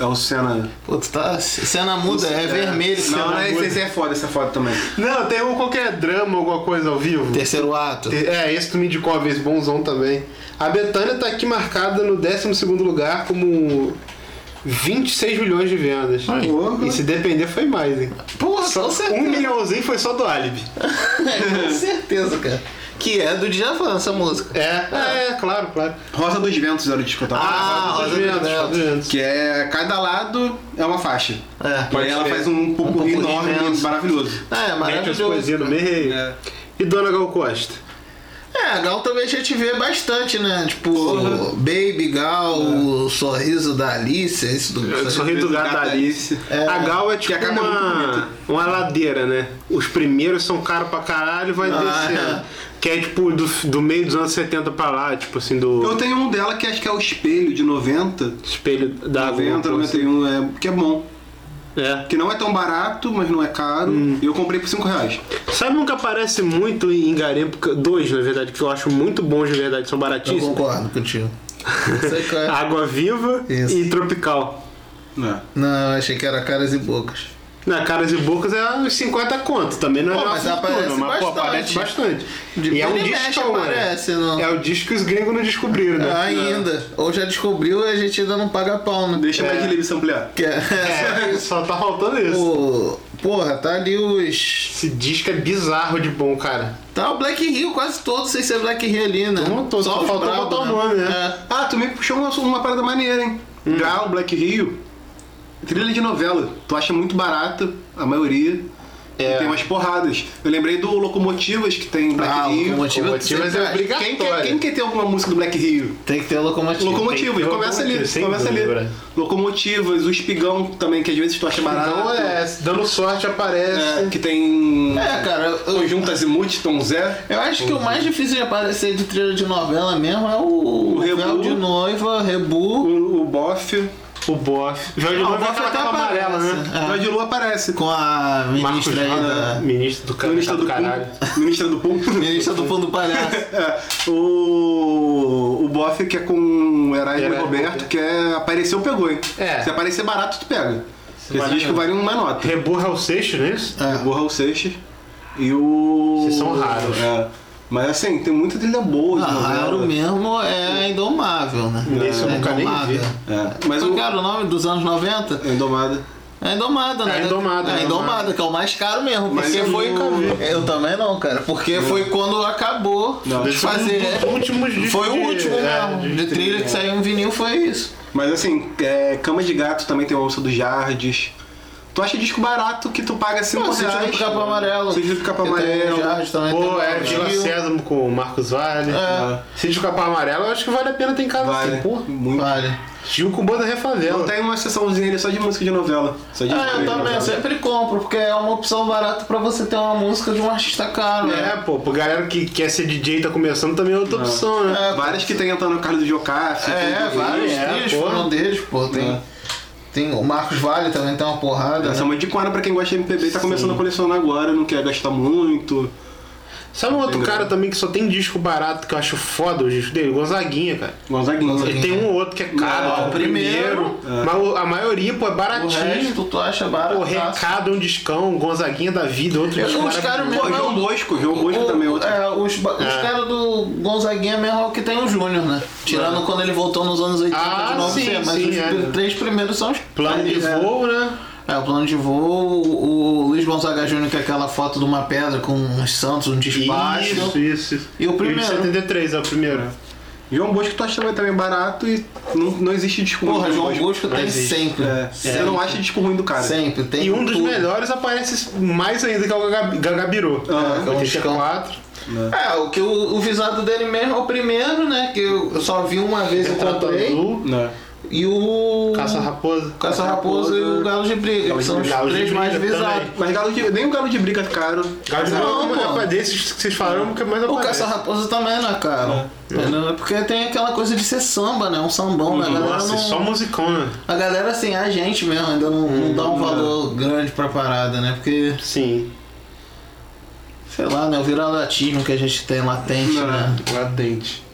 [SPEAKER 4] É o Senna...
[SPEAKER 1] Pô, tu tá. Cena muda, é, vermelho. cena
[SPEAKER 4] Não, não,
[SPEAKER 1] muda.
[SPEAKER 4] esse, esse é foda, esse é foda também.
[SPEAKER 3] Não, tem um qualquer drama, alguma coisa ao vivo.
[SPEAKER 1] Terceiro ato.
[SPEAKER 3] É, esse tu me indicou uma vez, bonzão também. A Betânia tá aqui marcada no 12 lugar como 26 milhões de vendas.
[SPEAKER 4] Porra.
[SPEAKER 3] E se depender, foi mais, hein?
[SPEAKER 1] Porra, com certeza. É, [LAUGHS]
[SPEAKER 3] Um milhãozinho foi só do Alibi.
[SPEAKER 1] com certeza, cara. Que é do Djavan essa música.
[SPEAKER 3] É, é, é, claro, claro.
[SPEAKER 4] Rosa dos Ventos era o disco que eu tava
[SPEAKER 1] Ah,
[SPEAKER 4] falando.
[SPEAKER 1] Rosa dos
[SPEAKER 3] Duzentos,
[SPEAKER 1] Ventos.
[SPEAKER 3] duzentos.
[SPEAKER 4] Que é cada lado é uma faixa.
[SPEAKER 1] É.
[SPEAKER 4] E aí ela
[SPEAKER 3] crer.
[SPEAKER 4] faz um
[SPEAKER 1] Um
[SPEAKER 4] pupurri
[SPEAKER 1] pupurri
[SPEAKER 4] enorme,
[SPEAKER 1] imenso.
[SPEAKER 4] maravilhoso.
[SPEAKER 1] É,
[SPEAKER 3] Mete as
[SPEAKER 1] maravilhoso.
[SPEAKER 3] coisinhas no meio.
[SPEAKER 4] É.
[SPEAKER 3] E Dona Gal Costa?
[SPEAKER 1] É, a Gal também a gente vê bastante, né? Tipo, o Baby Gal, o sorriso da Alice, é isso do.
[SPEAKER 3] É. O sorriso do gato da Alice.
[SPEAKER 1] É.
[SPEAKER 3] A Gal é
[SPEAKER 4] Que
[SPEAKER 3] tipo
[SPEAKER 4] a capa é muito
[SPEAKER 3] uma,
[SPEAKER 4] bonita.
[SPEAKER 3] uma ladeira, né? Os primeiros são caros pra caralho e vai
[SPEAKER 1] Ah,
[SPEAKER 3] descendo.
[SPEAKER 1] é.
[SPEAKER 3] Que é tipo do, do meio dos anos 70 pra lá, tipo assim, do
[SPEAKER 4] Eu tenho um dela que acho que é o espelho de 90.
[SPEAKER 3] espelho da
[SPEAKER 4] 90,
[SPEAKER 3] Globo, assim.
[SPEAKER 4] 91, é, que é bom.
[SPEAKER 3] É.
[SPEAKER 4] Que não é tão barato, mas não é caro.
[SPEAKER 3] Hum.
[SPEAKER 4] E eu comprei por 5 reais.
[SPEAKER 3] Sabe um que aparece muito em garimpo? Dois, na verdade, que eu acho muito bons de verdade, são
[SPEAKER 1] Eu
[SPEAKER 3] baratíssimos.
[SPEAKER 1] concordo contigo. Não sei
[SPEAKER 3] [LAUGHS]
[SPEAKER 1] qual é.
[SPEAKER 3] Água Viva
[SPEAKER 1] Isso.
[SPEAKER 3] e Tropical.
[SPEAKER 4] É.
[SPEAKER 1] Não, eu achei que era caras e bocas.
[SPEAKER 3] Na Caras e Bocas é uns 50 conto, também não é
[SPEAKER 1] Pô,
[SPEAKER 3] uma
[SPEAKER 1] mas
[SPEAKER 3] fortuna,
[SPEAKER 1] aparece
[SPEAKER 3] mas pô,
[SPEAKER 1] bastante.
[SPEAKER 3] aparece bastante.
[SPEAKER 1] De
[SPEAKER 3] e é um
[SPEAKER 1] vira e mexe
[SPEAKER 3] disco,
[SPEAKER 1] aparece, não.
[SPEAKER 3] É o disco que os gringos não descobriram, né?
[SPEAKER 1] Ah, Ainda. Ou já descobriu e a gente ainda não paga pau, né?
[SPEAKER 4] Deixa mais de livre ampliar.
[SPEAKER 1] Que é,
[SPEAKER 3] [LAUGHS] É, só tá faltando
[SPEAKER 1] [LAUGHS]
[SPEAKER 3] isso.
[SPEAKER 1] o- Porra, tá ali os.
[SPEAKER 3] Esse disco é bizarro de bom, cara.
[SPEAKER 1] Tá o Black Hill, quase todos sem ser Black Hill ali, né?
[SPEAKER 3] Não, tô- só
[SPEAKER 1] os
[SPEAKER 3] faltou
[SPEAKER 1] brabo, É.
[SPEAKER 3] botar o nome, né?
[SPEAKER 4] Ah, tu me puxou uma, uma parada maneira, hein?
[SPEAKER 3] Hum.
[SPEAKER 4] Gal, Black Rio. Trilha de novela. Tu acha muito barata, a maioria.
[SPEAKER 3] É.
[SPEAKER 4] E tem umas porradas. Eu lembrei do Locomotivas, que tem Black
[SPEAKER 1] Ah,
[SPEAKER 4] Rio.
[SPEAKER 1] Locomotivas
[SPEAKER 3] Locomotivas
[SPEAKER 1] sempre
[SPEAKER 3] é
[SPEAKER 1] acha.
[SPEAKER 3] obrigatório.
[SPEAKER 4] Quem quer, quem quer ter alguma música do Black Rio?
[SPEAKER 1] Tem que ter locomotiva.
[SPEAKER 4] Locomotivas,
[SPEAKER 3] tem-
[SPEAKER 4] começa ali,
[SPEAKER 3] Locomotivas, sem
[SPEAKER 4] começa ali.
[SPEAKER 3] dúvida.
[SPEAKER 4] Locomotivas, o espigão também, que às vezes tu acha barato.
[SPEAKER 3] Então é, dando sorte aparece.
[SPEAKER 4] É, que tem
[SPEAKER 1] É, cara, eu,
[SPEAKER 4] Conjunto Azimuth, Tom Zé.
[SPEAKER 1] eu acho que o mais difícil de aparecer de trilha de novela mesmo é o,
[SPEAKER 4] O Rebu.
[SPEAKER 1] Véu de Noiva, Rebu.
[SPEAKER 4] O, o Boff.
[SPEAKER 3] O bofe. Jorge
[SPEAKER 1] É. Ah, o
[SPEAKER 3] Lula
[SPEAKER 1] Boff
[SPEAKER 3] aquela
[SPEAKER 1] até
[SPEAKER 3] capa amarela,
[SPEAKER 1] aparece. né?
[SPEAKER 3] né?
[SPEAKER 1] É.
[SPEAKER 4] O Ed Lu aparece.
[SPEAKER 1] Com a
[SPEAKER 3] Marcos
[SPEAKER 1] ministra aí
[SPEAKER 3] Roda,
[SPEAKER 1] da.
[SPEAKER 3] ministro do, cara, tá
[SPEAKER 4] Ministra
[SPEAKER 3] do,
[SPEAKER 4] do
[SPEAKER 3] caralho.
[SPEAKER 4] Pum. [LAUGHS] Ministra do Pum.
[SPEAKER 1] Ministra do Fundo do Palhaço.
[SPEAKER 4] [LAUGHS] É, o, o Boff que é com o Erasmo e
[SPEAKER 3] Erasmo
[SPEAKER 4] Roberto,
[SPEAKER 3] Roberto.
[SPEAKER 4] que é apareceu, pegou, hein?
[SPEAKER 3] É.
[SPEAKER 4] Se aparecer barato, tu pega. Esse
[SPEAKER 3] Valeu.
[SPEAKER 4] disco vale uma nota.
[SPEAKER 3] Reburra o seixo, não é isso?
[SPEAKER 4] É. O Raul Seixas e o.
[SPEAKER 3] Vocês são raros.
[SPEAKER 4] É. Mas assim, tem muita trilha boa. de
[SPEAKER 1] Ah,
[SPEAKER 4] novela.
[SPEAKER 1] Raro mesmo é Indomável, né?
[SPEAKER 3] Esse eu
[SPEAKER 1] é
[SPEAKER 3] nunca nem
[SPEAKER 1] Indomável.
[SPEAKER 3] vi.
[SPEAKER 4] É.
[SPEAKER 1] Mas
[SPEAKER 4] Mas o.
[SPEAKER 1] cara, o nome dos anos 90?
[SPEAKER 4] É Indomada.
[SPEAKER 1] É Indomada, né?
[SPEAKER 3] É Indomada,
[SPEAKER 1] É
[SPEAKER 3] né?
[SPEAKER 1] Indomada, que é o mais caro mesmo.
[SPEAKER 4] Mas
[SPEAKER 1] Porque
[SPEAKER 4] eu
[SPEAKER 1] foi.
[SPEAKER 4] nunca vi.
[SPEAKER 1] Eu também não, cara. Porque foi quando acabou
[SPEAKER 4] Não,
[SPEAKER 1] de
[SPEAKER 4] esse
[SPEAKER 3] foi um
[SPEAKER 1] fazer.
[SPEAKER 3] dos últimos discos
[SPEAKER 1] Foi o
[SPEAKER 3] de-
[SPEAKER 1] último
[SPEAKER 3] é,
[SPEAKER 1] mesmo.
[SPEAKER 3] de
[SPEAKER 1] De trilha
[SPEAKER 3] trilha.
[SPEAKER 1] que saiu em vinil foi isso.
[SPEAKER 4] Mas assim, é, Cama de Gato também tem o Alça do Jardes. Tu acha disco barato que tu paga 5
[SPEAKER 1] Pô,
[SPEAKER 4] reais?
[SPEAKER 1] Sítio do Capão Amarelo.
[SPEAKER 4] Sítio do Capão
[SPEAKER 1] Que tem tá
[SPEAKER 4] Amarelo.
[SPEAKER 1] o Jardim também.
[SPEAKER 3] Pô,
[SPEAKER 1] tem um o
[SPEAKER 3] é,
[SPEAKER 1] Brasil.
[SPEAKER 3] Vila Sésamo com o Marcos Vale.
[SPEAKER 1] É.
[SPEAKER 3] Sítio Capão Amarelo, eu acho que vale a pena ter em casa
[SPEAKER 4] Vale.
[SPEAKER 3] assim, pô.
[SPEAKER 4] Muito.
[SPEAKER 1] Vale.
[SPEAKER 3] Gil com banda refavela.
[SPEAKER 4] Eu tenho uma sessãozinha ali só de música de novela. Só de
[SPEAKER 1] É, eu também, eu sempre compro, porque é uma opção barata pra você ter uma música de um artista caro,
[SPEAKER 3] É,
[SPEAKER 1] né?
[SPEAKER 3] pô, pra galera que quer ser DJ e tá começando também é outra opção, né?
[SPEAKER 1] É,
[SPEAKER 4] Várias que tem Antônio Carlos do Jocafe.
[SPEAKER 1] É, vários
[SPEAKER 3] é,
[SPEAKER 1] trilhos
[SPEAKER 3] porra.
[SPEAKER 1] foram deles, pô. Tem,
[SPEAKER 4] É.
[SPEAKER 1] tem o Marcos Vale também tem uma porrada.
[SPEAKER 4] Essa é
[SPEAKER 1] né?
[SPEAKER 4] uma dica pra quem gosta de MPB e tá começando a colecionar agora, não quer gastar muito.
[SPEAKER 3] Sabe um outro
[SPEAKER 4] Entendeu?
[SPEAKER 3] cara também que só tem disco barato que eu acho foda o disco dele? Gonzaguinha, cara.
[SPEAKER 4] Gonzaguinha.
[SPEAKER 1] Gonzaguinha.
[SPEAKER 3] Ele tem um ou outro que é caro,
[SPEAKER 4] Não,
[SPEAKER 3] ó,
[SPEAKER 1] o primeiro,
[SPEAKER 3] Mas o- a maioria, pô, é
[SPEAKER 1] O
[SPEAKER 3] baratinho.
[SPEAKER 1] resto tá. tu acha
[SPEAKER 3] O,
[SPEAKER 1] barato.
[SPEAKER 3] recado é um discão, Gonzaguinha da vida, outro disco
[SPEAKER 1] Os caras
[SPEAKER 3] maravilhoso.
[SPEAKER 1] mesmo.
[SPEAKER 4] Pô, João Bosco, João Bosco também é
[SPEAKER 1] o,
[SPEAKER 4] outro.
[SPEAKER 1] é, os, ba- os caras do Gonzaguinha mesmo é o que tem o Júnior, né? Tirando quando ele voltou nos anos 80
[SPEAKER 3] Ah,
[SPEAKER 1] de novo,
[SPEAKER 3] sim,
[SPEAKER 1] mas
[SPEAKER 3] sim,
[SPEAKER 1] os
[SPEAKER 3] é.
[SPEAKER 1] três primeiros são os
[SPEAKER 3] Plano de
[SPEAKER 1] é.
[SPEAKER 3] voo, né?
[SPEAKER 1] É, o plano de voo, o, o Luiz Gonzaga Júnior, que é aquela foto de uma pedra com uns santos, um despacho.
[SPEAKER 3] Isso, isso.
[SPEAKER 1] E o
[SPEAKER 3] de
[SPEAKER 1] primeiro?
[SPEAKER 3] 73 é o primeiro.
[SPEAKER 4] João Bosco tu acha também barato e não, não existe disco ruim
[SPEAKER 1] Porra,
[SPEAKER 4] do
[SPEAKER 1] João Bosco tem
[SPEAKER 3] existe.
[SPEAKER 1] sempre.
[SPEAKER 4] É, Você não acha disco ruim do cara.
[SPEAKER 1] Sempre, tem
[SPEAKER 3] E um
[SPEAKER 1] com
[SPEAKER 3] dos
[SPEAKER 1] tudo.
[SPEAKER 3] melhores aparece mais ainda que é o Gagabiru.
[SPEAKER 1] Ah, é um discão.
[SPEAKER 3] 84.
[SPEAKER 1] É, o que o, o visado dele mesmo é o primeiro, né? Que eu, eu só vi uma vez e
[SPEAKER 3] Retrato
[SPEAKER 1] encontrei.
[SPEAKER 3] Azul,
[SPEAKER 4] Né?
[SPEAKER 1] E o.
[SPEAKER 3] Caça-Raposa.
[SPEAKER 1] Caça-Raposa e o Galo de Briga, que são os
[SPEAKER 3] Galo de
[SPEAKER 1] três
[SPEAKER 3] Briga
[SPEAKER 1] mais
[SPEAKER 3] também.
[SPEAKER 1] visados.
[SPEAKER 4] Mas galo de, nem o galo de briga é caro.
[SPEAKER 1] Não,
[SPEAKER 3] Não,
[SPEAKER 1] pô.
[SPEAKER 3] não, mas desses que vocês falaram, é que mais
[SPEAKER 1] O
[SPEAKER 3] aparece.
[SPEAKER 1] Caça-Raposa também, né, cara? Entendeu? É Porque tem aquela coisa de ser samba, né? Um sambão, né? A galera
[SPEAKER 3] Uhum. Nossa,
[SPEAKER 1] não-
[SPEAKER 3] só musicão, né?
[SPEAKER 1] A galera, assim, a gente mesmo ainda não, não dá um valor grande pra parada, né? Porque,
[SPEAKER 3] Sim.
[SPEAKER 1] sei lá, né? O viralatismo que a gente tem latente, né?
[SPEAKER 3] Latente.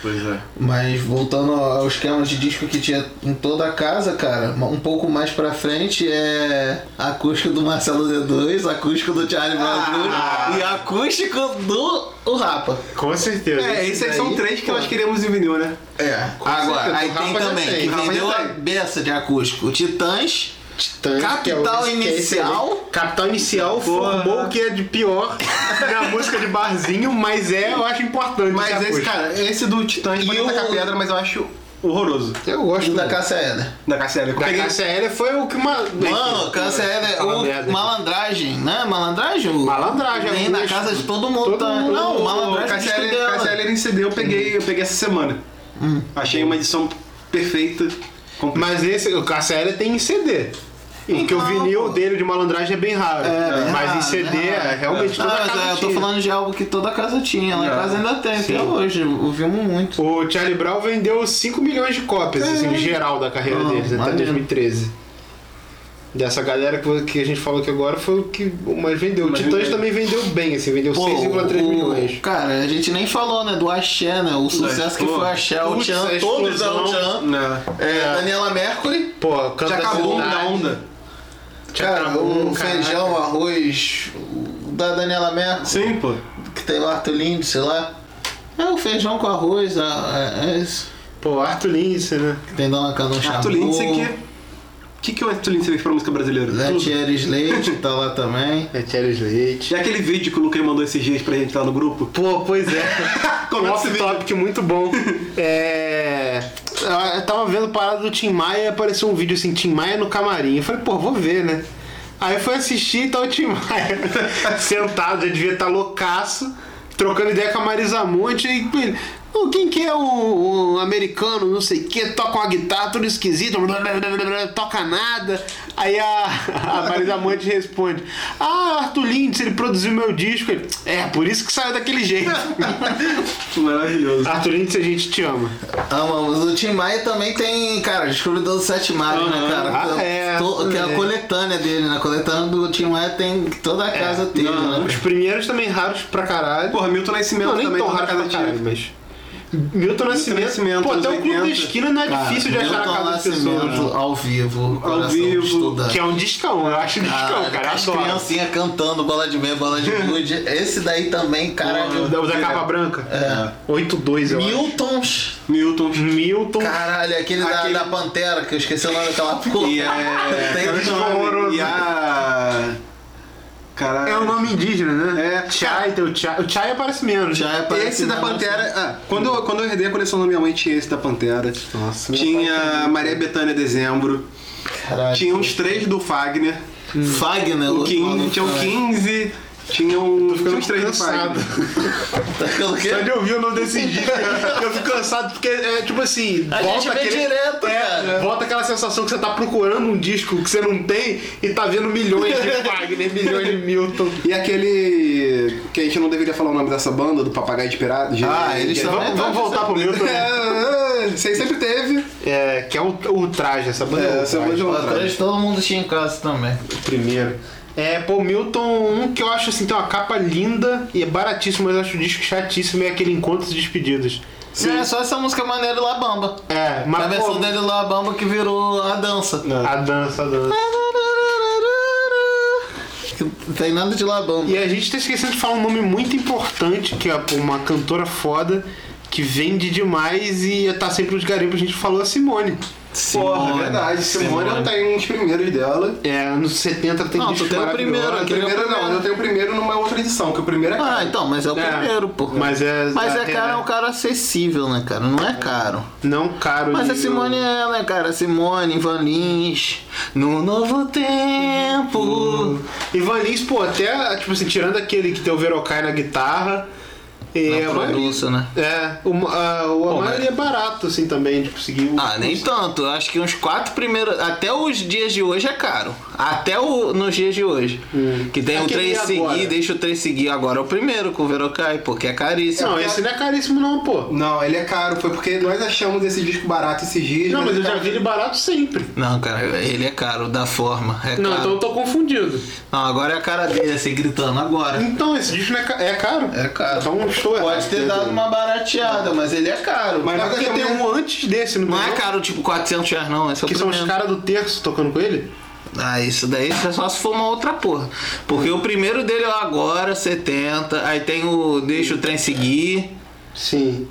[SPEAKER 3] Pois é.
[SPEAKER 1] Mas voltando ao esquema de disco que tinha em toda a casa, cara, um pouco mais pra frente é acústico do Marcelo D2, acústico do Charlie Brown
[SPEAKER 4] Ah!
[SPEAKER 1] Jr. e acústico do o Rapa.
[SPEAKER 3] Com certeza.
[SPEAKER 4] É, esses aí são
[SPEAKER 1] daí,
[SPEAKER 4] três que
[SPEAKER 1] pô.
[SPEAKER 4] nós queremos em vinil, né?
[SPEAKER 1] É, agora,
[SPEAKER 3] certeza,
[SPEAKER 1] aí
[SPEAKER 3] o
[SPEAKER 1] tem
[SPEAKER 3] Rapa já
[SPEAKER 1] também,
[SPEAKER 3] tem,
[SPEAKER 1] que
[SPEAKER 3] o Rapa já
[SPEAKER 1] vendeu a
[SPEAKER 3] tem.
[SPEAKER 1] beça de acústico, Titãs,
[SPEAKER 3] Titãs,
[SPEAKER 1] Capital
[SPEAKER 3] que é o- que é esse aí.
[SPEAKER 1] Inicial.
[SPEAKER 3] Capital Inicial
[SPEAKER 4] Porra.
[SPEAKER 3] formou o que é de pior [LAUGHS] na música de barzinho, mas é, eu acho importante.
[SPEAKER 4] Mas
[SPEAKER 3] essa
[SPEAKER 4] esse,
[SPEAKER 3] coisa.
[SPEAKER 4] cara, esse do Titãs pode
[SPEAKER 1] o-
[SPEAKER 4] tacar pedra, mas eu acho horroroso.
[SPEAKER 3] eu
[SPEAKER 1] e
[SPEAKER 3] gosto
[SPEAKER 1] o da
[SPEAKER 3] da,
[SPEAKER 1] Cássia Eller.
[SPEAKER 4] Da Cassia
[SPEAKER 3] da Cássia Eller foi o que uma.
[SPEAKER 1] Mano, Cássia Eller,
[SPEAKER 3] Fala merda
[SPEAKER 1] o
[SPEAKER 3] aqui.
[SPEAKER 1] malandragem, né? Malandragem? o-
[SPEAKER 3] Malandragem,
[SPEAKER 1] Tem na
[SPEAKER 3] acústico.
[SPEAKER 1] casa de todo mundo.
[SPEAKER 3] Todo
[SPEAKER 1] tá?
[SPEAKER 3] mundo.
[SPEAKER 1] Não, o malandragem é disco dela.
[SPEAKER 4] Cassiel em CD eu peguei,
[SPEAKER 1] Uhum.
[SPEAKER 4] eu peguei essa semana.
[SPEAKER 1] Hum.
[SPEAKER 4] Achei uma edição perfeita. completa.
[SPEAKER 3] Mas esse, o Cássia Eller tem em CD. Porque o
[SPEAKER 1] Então,
[SPEAKER 3] vinil
[SPEAKER 1] pô.
[SPEAKER 3] dele de malandragem é bem raro.
[SPEAKER 1] bem
[SPEAKER 3] mas
[SPEAKER 1] raro,
[SPEAKER 3] em CD
[SPEAKER 1] bem raro.
[SPEAKER 3] é realmente
[SPEAKER 1] Ah, né? Não,
[SPEAKER 3] toda
[SPEAKER 1] mas
[SPEAKER 3] casa
[SPEAKER 1] é, eu tô
[SPEAKER 3] tinha.
[SPEAKER 1] falando de algo que toda casa tinha. Lá em casa ainda tem, até hoje. Ouvimos muito.
[SPEAKER 3] O Charlie Brown vendeu 5 milhões de cópias, assim, geral da carreira
[SPEAKER 1] Ah,
[SPEAKER 3] deles, até
[SPEAKER 1] É. maneiro.
[SPEAKER 3] 2013. Dessa galera que, que a gente falou aqui agora foi o que mais vendeu. O
[SPEAKER 4] Mas
[SPEAKER 3] Titãs
[SPEAKER 4] vendeu.
[SPEAKER 3] também vendeu bem, assim, vendeu 6,3
[SPEAKER 1] o-
[SPEAKER 3] milhões.
[SPEAKER 1] Cara, a gente nem falou, né? Do Axé, né? O sucesso que
[SPEAKER 4] pô.
[SPEAKER 1] foi o Axé, o
[SPEAKER 3] Putz,
[SPEAKER 1] Tchan,
[SPEAKER 3] a
[SPEAKER 1] todos
[SPEAKER 3] explosão.
[SPEAKER 1] o Tchan.
[SPEAKER 4] Né?
[SPEAKER 1] É, Daniela Mercury.
[SPEAKER 3] Pô, canta
[SPEAKER 4] Já acabou um da onda.
[SPEAKER 1] Cara, o feijão, o arroz o da Daniela Mercury,
[SPEAKER 4] Sim, pô.
[SPEAKER 1] que tem lá Arthur Lindo, sei lá. É o feijão com arroz, é, é- é isso.
[SPEAKER 3] Pô, Arthur Lince, né?
[SPEAKER 1] Que tem Dona Canon
[SPEAKER 4] Arthur
[SPEAKER 1] Chabot,
[SPEAKER 4] Lindsay
[SPEAKER 3] é
[SPEAKER 4] que. O que, que o Arthur Lindsay fez pra música brasileira? Tudo.
[SPEAKER 1] Letieri Slade tá lá
[SPEAKER 3] [LAUGHS]
[SPEAKER 1] também.
[SPEAKER 3] É Thierry Leite.
[SPEAKER 4] Já aquele vídeo que o Lucas mandou esses dias pra gente lá no grupo.
[SPEAKER 3] Pô, pois [LAUGHS] é.
[SPEAKER 4] Comenta esse
[SPEAKER 3] Off
[SPEAKER 4] vídeo.
[SPEAKER 3] topic muito bom. É. Eu tava vendo a parada do Tim Maia e apareceu um vídeo assim, Tim Maia no camarim. Eu falei, pô, vou ver, né? Aí eu fui assistir e tá o Tim [LAUGHS] Maia sentado, já devia estar loucaço, trocando ideia com a Marisa Monte e. ele, "Ô, Quem que é o, o americano, não sei o que, toca uma guitarra tudo esquisito, blá, blá, blá, blá, blá, toca nada. Aí a, [LAUGHS] a Marisa Monte responde: Ah, Arthur Lindes, ele produziu meu disco. Ele, é, por isso que saiu daquele jeito.
[SPEAKER 4] Maravilhoso.
[SPEAKER 3] Arthur Lindes, a gente te ama.
[SPEAKER 1] Amamos. O Tim Maia também tem, cara, Descobridor do Sete Mares, né, cara?
[SPEAKER 3] Ah, é.
[SPEAKER 1] To- que é a
[SPEAKER 3] É.
[SPEAKER 1] coletânea dele, né? A coletânea do Tim Maia tem toda
[SPEAKER 3] É.
[SPEAKER 1] a casa teve,
[SPEAKER 4] Não,
[SPEAKER 1] né?
[SPEAKER 3] Os primeiros também raros pra caralho.
[SPEAKER 4] Porra, Milton Nascimento
[SPEAKER 3] não, nem
[SPEAKER 4] também
[SPEAKER 3] tão
[SPEAKER 4] tá na
[SPEAKER 3] raros
[SPEAKER 4] casa
[SPEAKER 3] pra
[SPEAKER 4] de
[SPEAKER 3] caralho, mas... Milton Nascimento.
[SPEAKER 4] Nascimento,
[SPEAKER 3] Pô, até o
[SPEAKER 4] anos
[SPEAKER 3] Clube da
[SPEAKER 4] 80.
[SPEAKER 3] Esquina não é difícil de achar na
[SPEAKER 1] Milton
[SPEAKER 3] casa das pessoas. né?
[SPEAKER 1] Nascimento assim ao vivo. coração
[SPEAKER 4] vivo,
[SPEAKER 1] de estudante.
[SPEAKER 3] Que é um discão, eu acho um discão,
[SPEAKER 1] Caralho,
[SPEAKER 3] cara.
[SPEAKER 1] Ah, as
[SPEAKER 3] eu adoro.
[SPEAKER 1] criancinhas cantando bola de meia, bola de gude. Esse daí também,
[SPEAKER 3] O
[SPEAKER 1] caralho.
[SPEAKER 3] da- o da capa branca. É. 8-2, eu acho.
[SPEAKER 1] Miltons.
[SPEAKER 4] Milton.
[SPEAKER 3] Milton.
[SPEAKER 1] Caralho, aquele, da-
[SPEAKER 4] Aquele-
[SPEAKER 1] Da, Pantera, que eu esqueci o nome daquela porra.
[SPEAKER 4] E
[SPEAKER 1] [LAUGHS]
[SPEAKER 4] é.
[SPEAKER 1] Tem
[SPEAKER 4] Cara,
[SPEAKER 1] que
[SPEAKER 4] chama-
[SPEAKER 1] horroroso.
[SPEAKER 4] E a. Caralho.
[SPEAKER 3] É um nome indígena, né?
[SPEAKER 4] É.
[SPEAKER 3] Chai, tem o Chai. O Chai aparece menos. né?
[SPEAKER 1] Já aparece
[SPEAKER 4] Esse da
[SPEAKER 1] na nossa-
[SPEAKER 4] Pantera. Ah, quando, eu, quando eu herdei a coleção da minha mãe, tinha esse da Pantera.
[SPEAKER 3] Nossa, meu pai
[SPEAKER 4] tinha Maria Bethânia Dezembro.
[SPEAKER 1] Caralho.
[SPEAKER 4] Tinha uns três do Fagner.
[SPEAKER 1] Fagner,
[SPEAKER 4] O
[SPEAKER 1] nome
[SPEAKER 4] 15, tinha um
[SPEAKER 1] cara.
[SPEAKER 4] 15. Tinha um. Tinha uns três do
[SPEAKER 3] cansado.
[SPEAKER 4] Fagner.
[SPEAKER 1] Tá ficando o quê?
[SPEAKER 3] Só de ouvir o nome desse
[SPEAKER 4] [LAUGHS]
[SPEAKER 3] disco, eu fico cansado, porque é tipo assim, é,
[SPEAKER 1] A gente vê direto, cara.
[SPEAKER 3] volta aquela sensação que você tá procurando um disco que você não tem e tá vendo milhões
[SPEAKER 4] [LAUGHS]
[SPEAKER 3] de Wagner, milhões de Milton.
[SPEAKER 4] E aquele. que a gente não deveria falar o nome dessa banda, do Papagaio de Pirata. de-
[SPEAKER 1] Ah, eles
[SPEAKER 4] de-
[SPEAKER 1] também-
[SPEAKER 4] [LAUGHS]
[SPEAKER 3] Vamos, vamos voltar pro
[SPEAKER 1] [LAUGHS]
[SPEAKER 3] Milton. né?
[SPEAKER 4] É, é, Isso aí sempre teve.
[SPEAKER 3] É, que é o, o traje, essa banda.
[SPEAKER 4] É,
[SPEAKER 3] o
[SPEAKER 4] essa
[SPEAKER 3] Traje.
[SPEAKER 4] banda é o Traje.
[SPEAKER 1] Atrás todo mundo tinha em casa também.
[SPEAKER 3] primeiro. É, pô, Milton, um que eu acho assim, tem uma capa linda e é baratíssimo, mas eu acho o disco chatíssimo, é aquele Encontros e Despedidas.
[SPEAKER 1] É só essa música maneira do La Bamba.
[SPEAKER 3] É,
[SPEAKER 1] a
[SPEAKER 3] mas
[SPEAKER 1] Tá versão
[SPEAKER 3] pô,
[SPEAKER 1] dele do La Bamba que virou a dança.
[SPEAKER 3] a dança, a dança.
[SPEAKER 1] Não tem nada de La Bamba.
[SPEAKER 3] E a gente tá esquecendo de falar um nome muito importante, que é pô, uma cantora foda, que vende demais e tá sempre nos garimpos. A gente falou a Simone.
[SPEAKER 4] Porra,
[SPEAKER 1] Simone.
[SPEAKER 4] verdade. Simone, é eu
[SPEAKER 1] Simone.
[SPEAKER 4] tenho uns primeiros dela.
[SPEAKER 3] É, anos 70 tem
[SPEAKER 1] Não,
[SPEAKER 3] disco
[SPEAKER 1] tu tem o
[SPEAKER 3] maravilhoso. né?
[SPEAKER 1] primeiro, aquele-
[SPEAKER 4] Primeiro não, eu tenho o primeiro numa outra edição, que o primeiro é.
[SPEAKER 1] Ah, então, mas é o
[SPEAKER 3] É,
[SPEAKER 1] primeiro, pô.
[SPEAKER 3] mas é-
[SPEAKER 1] Mas é
[SPEAKER 3] é-
[SPEAKER 1] cara, é um cara acessível, né, cara? Não é caro.
[SPEAKER 3] Não caro.
[SPEAKER 1] Mas a
[SPEAKER 3] de-
[SPEAKER 1] Simone é, né, cara? Simone, Van Lins, no novo tempo. é-
[SPEAKER 3] E Van Lins, pô, até, tipo assim, tirando aquele que tem o Verocai na guitarra, E
[SPEAKER 1] Na
[SPEAKER 3] a
[SPEAKER 1] produção,
[SPEAKER 3] maioria- É, o, a, o, a
[SPEAKER 1] Pô,
[SPEAKER 3] maioria é barato, assim, também, de conseguir.
[SPEAKER 1] Ah, nem tanto. Eu Acho que uns quatro primeiros. Até os dias de hoje é caro. Até o, nos dias de hoje. Que tem o
[SPEAKER 3] Aquele
[SPEAKER 1] três
[SPEAKER 3] agora.
[SPEAKER 1] seguir, deixa o três seguir agora é o primeiro com o Verocai, porque é caríssimo.
[SPEAKER 3] Não, esse não é caríssimo, não, pô.
[SPEAKER 4] Não, ele é caro, foi porque nós achamos esse disco barato esses dias.
[SPEAKER 3] Não, mas eu
[SPEAKER 4] ele
[SPEAKER 3] já
[SPEAKER 4] tá-
[SPEAKER 3] vi ele barato sempre.
[SPEAKER 1] Não, cara, ele é caro da forma. É
[SPEAKER 3] Não,
[SPEAKER 1] caro.
[SPEAKER 3] então eu tô confundido.
[SPEAKER 1] Não, agora é a cara dele, assim, gritando agora.
[SPEAKER 3] Então, esse disco não é, ca- é caro?
[SPEAKER 1] É caro.
[SPEAKER 3] Então eu estou errado.
[SPEAKER 1] Pode ter dado uma barateada, mas ele é caro.
[SPEAKER 3] Mas
[SPEAKER 4] Mas
[SPEAKER 3] é
[SPEAKER 4] nós
[SPEAKER 3] porque tem
[SPEAKER 4] achamos-
[SPEAKER 3] um antes desse, não
[SPEAKER 1] Não
[SPEAKER 3] tem
[SPEAKER 1] é
[SPEAKER 3] não?
[SPEAKER 1] caro, tipo, 400 reais, não. Esse é o
[SPEAKER 3] Que são os
[SPEAKER 1] primeiro.
[SPEAKER 3] caras do terço tocando com ele?
[SPEAKER 1] Ah, isso daí é só se for uma outra porra. Porque o primeiro dele é o agora, 70. Aí tem o Deixa o Trem Seguir.
[SPEAKER 3] Sim.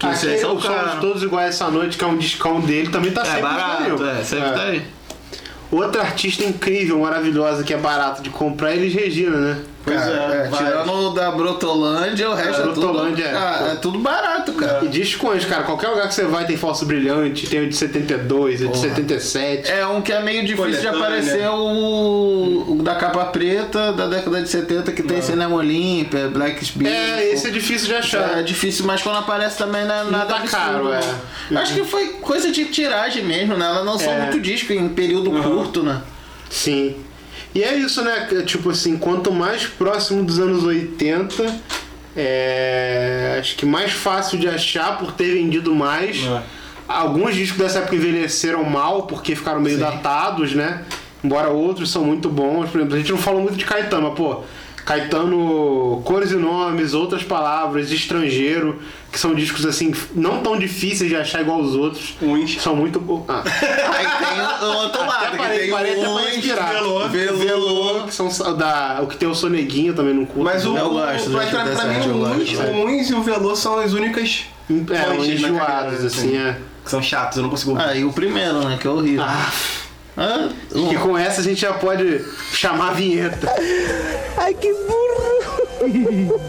[SPEAKER 1] Que
[SPEAKER 3] Aqui,
[SPEAKER 1] isso aí são
[SPEAKER 3] o Somos
[SPEAKER 1] caro.
[SPEAKER 3] Todos Iguais Essa Noite, que é um discão dele, também tá
[SPEAKER 1] É
[SPEAKER 3] sempre
[SPEAKER 1] barato,
[SPEAKER 3] disponível.
[SPEAKER 1] é, sempre tá aí.
[SPEAKER 3] Outra artista incrível, maravilhosa, que é barato de comprar é Elis Regina, né?
[SPEAKER 1] Cara, é,
[SPEAKER 3] Cara, vai.
[SPEAKER 1] tirando o da Brotolândia, o resto é,
[SPEAKER 3] Brotolândia, é.
[SPEAKER 1] tudo, Ah, é tudo barato, cara.
[SPEAKER 3] E discões, cara. Qualquer lugar que você vai tem falso brilhante, tem o de 72, o de 77.
[SPEAKER 1] É um que é meio difícil de
[SPEAKER 4] Coletânea.
[SPEAKER 1] aparecer o, o da capa preta da década de 70 que tem Cinema Olímpia, Black Beauty.
[SPEAKER 3] É, esse é difícil de achar.
[SPEAKER 1] É difícil, mas quando aparece também não é nada
[SPEAKER 3] tá
[SPEAKER 1] absurdo,
[SPEAKER 3] caro, é.
[SPEAKER 1] não. Acho que foi coisa de tiragem mesmo, né? Ela lançou
[SPEAKER 3] É.
[SPEAKER 1] muito disco em período curto, né?
[SPEAKER 3] Sim. E é isso, né? que, Tipo assim, quanto mais próximo dos anos 80, é... acho que mais fácil de achar por ter vendido mais.
[SPEAKER 4] É.
[SPEAKER 3] Alguns discos dessa época envelheceram mal porque ficaram meio datados, né? Embora outros são muito bons. Por exemplo, a gente não falou muito de Caetano, mas, pô. Caetano, Cores e Nomes, Outras Palavras, Estrangeiro, que são discos assim, não tão difíceis de achar igual os outros.
[SPEAKER 4] Ruins.
[SPEAKER 3] São muito bons. Ah.
[SPEAKER 1] Aí tem o outro lado, que
[SPEAKER 3] parei-
[SPEAKER 1] tem
[SPEAKER 3] parei
[SPEAKER 4] um
[SPEAKER 3] até
[SPEAKER 1] o
[SPEAKER 3] pra
[SPEAKER 1] Lance,
[SPEAKER 3] respirar.
[SPEAKER 1] Velô, Velô.
[SPEAKER 3] que são sa- da, o que tem o soneguinho também não curto.
[SPEAKER 4] tá- Mas o,
[SPEAKER 1] Eu gosto
[SPEAKER 4] pra,
[SPEAKER 1] do
[SPEAKER 4] pra- pra
[SPEAKER 1] 87,
[SPEAKER 4] mim, um
[SPEAKER 1] eu
[SPEAKER 4] o
[SPEAKER 1] gosto,
[SPEAKER 4] Uns,
[SPEAKER 1] velho.
[SPEAKER 4] o Uns e o Velô são as únicas
[SPEAKER 3] É,
[SPEAKER 4] fontes
[SPEAKER 3] uns
[SPEAKER 4] na
[SPEAKER 3] enjoados,
[SPEAKER 4] carreira,
[SPEAKER 3] assim, é.
[SPEAKER 4] Que são chatos, eu não consigo ouvir.
[SPEAKER 1] Ah, e o primeiro, né? Que é horrível.
[SPEAKER 3] Ah,
[SPEAKER 1] Ah,
[SPEAKER 3] e com essa a gente já pode chamar a vinheta.
[SPEAKER 2] Ai, que burro!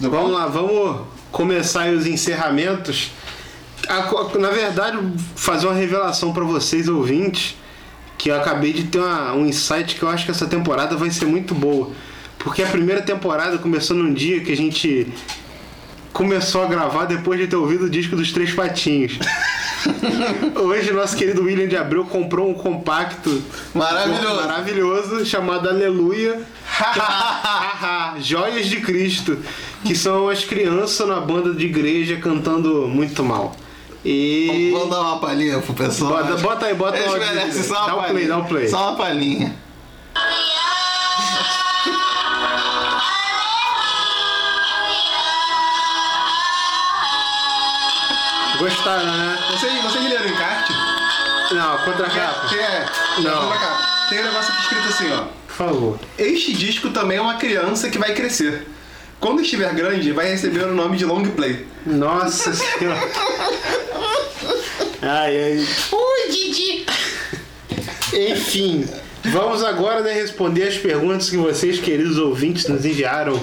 [SPEAKER 3] Vamos lá, vamos começar aí os encerramentos. A co- na verdade, fazer uma revelação pra vocês ouvintes, que eu acabei de ter uma- um insight que eu acho que essa temporada vai ser muito boa. Porque a primeira temporada começou num dia que a gente começou a gravar depois de ter ouvido o disco dos Três
[SPEAKER 1] [LAUGHS]
[SPEAKER 3] Patinhos. Hoje, nosso querido William de Abreu comprou um compacto
[SPEAKER 1] Maravilhoso.
[SPEAKER 3] maravilhoso chamado Aleluia. [LAUGHS] Hahaha, Joias de Cristo, que são as crianças na banda de igreja cantando muito mal. E.
[SPEAKER 1] Vamos dar uma palhinha pro pessoal.
[SPEAKER 3] Bota, bota aí, bota
[SPEAKER 1] Eles
[SPEAKER 3] aí.
[SPEAKER 1] merecem só uma
[SPEAKER 3] Dá o play,
[SPEAKER 1] palhinha.
[SPEAKER 3] dá o play.
[SPEAKER 1] Só uma palhinha.
[SPEAKER 3] Gostaram, né?
[SPEAKER 4] Vocês, vocês leram o encarte?
[SPEAKER 3] Não, contra capa.
[SPEAKER 4] Que é?
[SPEAKER 3] Não.
[SPEAKER 4] Olha cá, Tem um negócio aqui escrito assim, ó.
[SPEAKER 3] Por favor.
[SPEAKER 4] Este disco também é uma criança que vai crescer. Quando estiver grande, vai receber o nome de long play.
[SPEAKER 1] [LAUGHS]
[SPEAKER 3] Nossa senhora. Ai, ai.
[SPEAKER 7] Ui, Didi!
[SPEAKER 3] Enfim, vamos agora né, responder as perguntas que vocês, queridos ouvintes, nos enviaram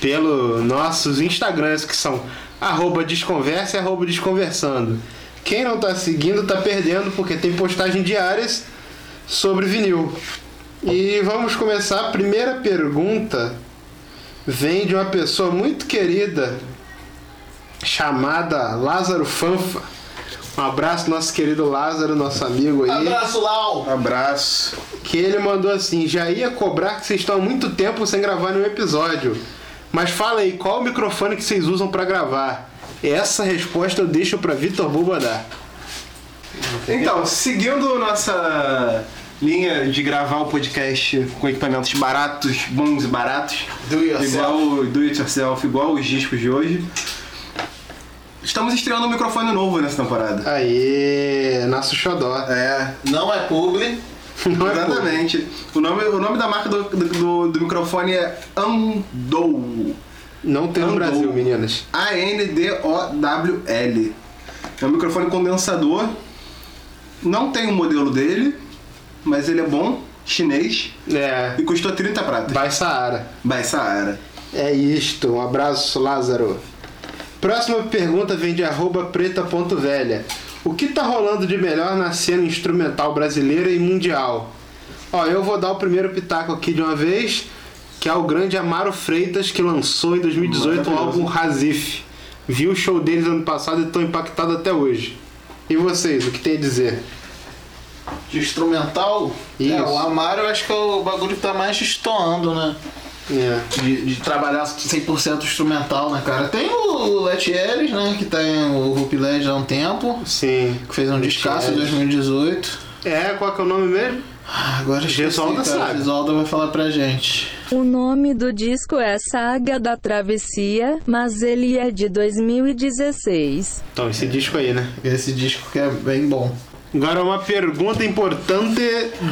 [SPEAKER 3] pelo nossos Instagrams, que são arroba desconversa e arroba desconversando. Quem não tá seguindo tá perdendo, porque tem postagem diárias sobre vinil. E vamos começar. A primeira pergunta vem de uma pessoa muito querida, chamada Lázaro Fanfa. Um abraço, nosso querido Lázaro, nosso amigo aí
[SPEAKER 1] Abraço, Lau.
[SPEAKER 4] Abraço.
[SPEAKER 3] que ele mandou assim: já ia cobrar que vocês estão há muito tempo sem gravar nenhum episódio. Mas fala aí, qual o microfone que vocês usam pra gravar? Essa resposta eu deixo pra Vitor Buba dar.
[SPEAKER 4] Então, seguindo nossa linha de gravar o podcast com equipamentos baratos, bons e baratos,
[SPEAKER 1] Do yourself.
[SPEAKER 4] igual o do it yourself, igual os discos de hoje. Estamos estreando um microfone novo nessa temporada.
[SPEAKER 3] Aê, nosso xodó.
[SPEAKER 4] É,
[SPEAKER 1] Não é publi.
[SPEAKER 3] Não é
[SPEAKER 4] exatamente. O nome, o nome da marca do, do, do microfone é Andou.
[SPEAKER 3] Não tem no
[SPEAKER 4] Andou.
[SPEAKER 3] Brasil, meninas.
[SPEAKER 4] A-N-D-O-W-L. É um microfone condensador. Não tem o modelo dele, mas ele é bom, chinês,
[SPEAKER 3] É,
[SPEAKER 4] e custou 30 pratas.
[SPEAKER 3] vai Saara.
[SPEAKER 4] Vai, Saara.
[SPEAKER 3] É isto, um abraço, Lázaro. Próxima pergunta vem de arroba preta.velha. O que tá rolando de melhor na cena instrumental brasileira e mundial? Ó, eu vou dar o primeiro pitaco aqui de uma vez, que é o grande Amaro Freitas, que lançou em 2018 o álbum Razif. Vi o show deles ano passado e tô impactado até hoje. E vocês, o que tem a dizer?
[SPEAKER 1] De instrumental,
[SPEAKER 3] Isso.
[SPEAKER 1] é, o Amaro eu acho que é o bagulho que tá mais destoando, né?
[SPEAKER 3] É.
[SPEAKER 1] De, de trabalhar 100% instrumental, né, cara? Tem o Letieres, né? Que tem o Rupilés há um tempo,
[SPEAKER 3] Sim.
[SPEAKER 1] que fez um descasso em 2018.
[SPEAKER 3] É, qual que é o nome mesmo?
[SPEAKER 1] Ah, Agora esqueci,
[SPEAKER 3] Gisolda
[SPEAKER 1] cara.
[SPEAKER 3] sabe.
[SPEAKER 1] Gisolda vai falar pra gente.
[SPEAKER 6] O nome do disco é Saga da Travessia, mas ele é de 2016.
[SPEAKER 3] Então, esse disco aí, né?
[SPEAKER 1] Esse disco que é bem bom.
[SPEAKER 3] Agora uma pergunta importante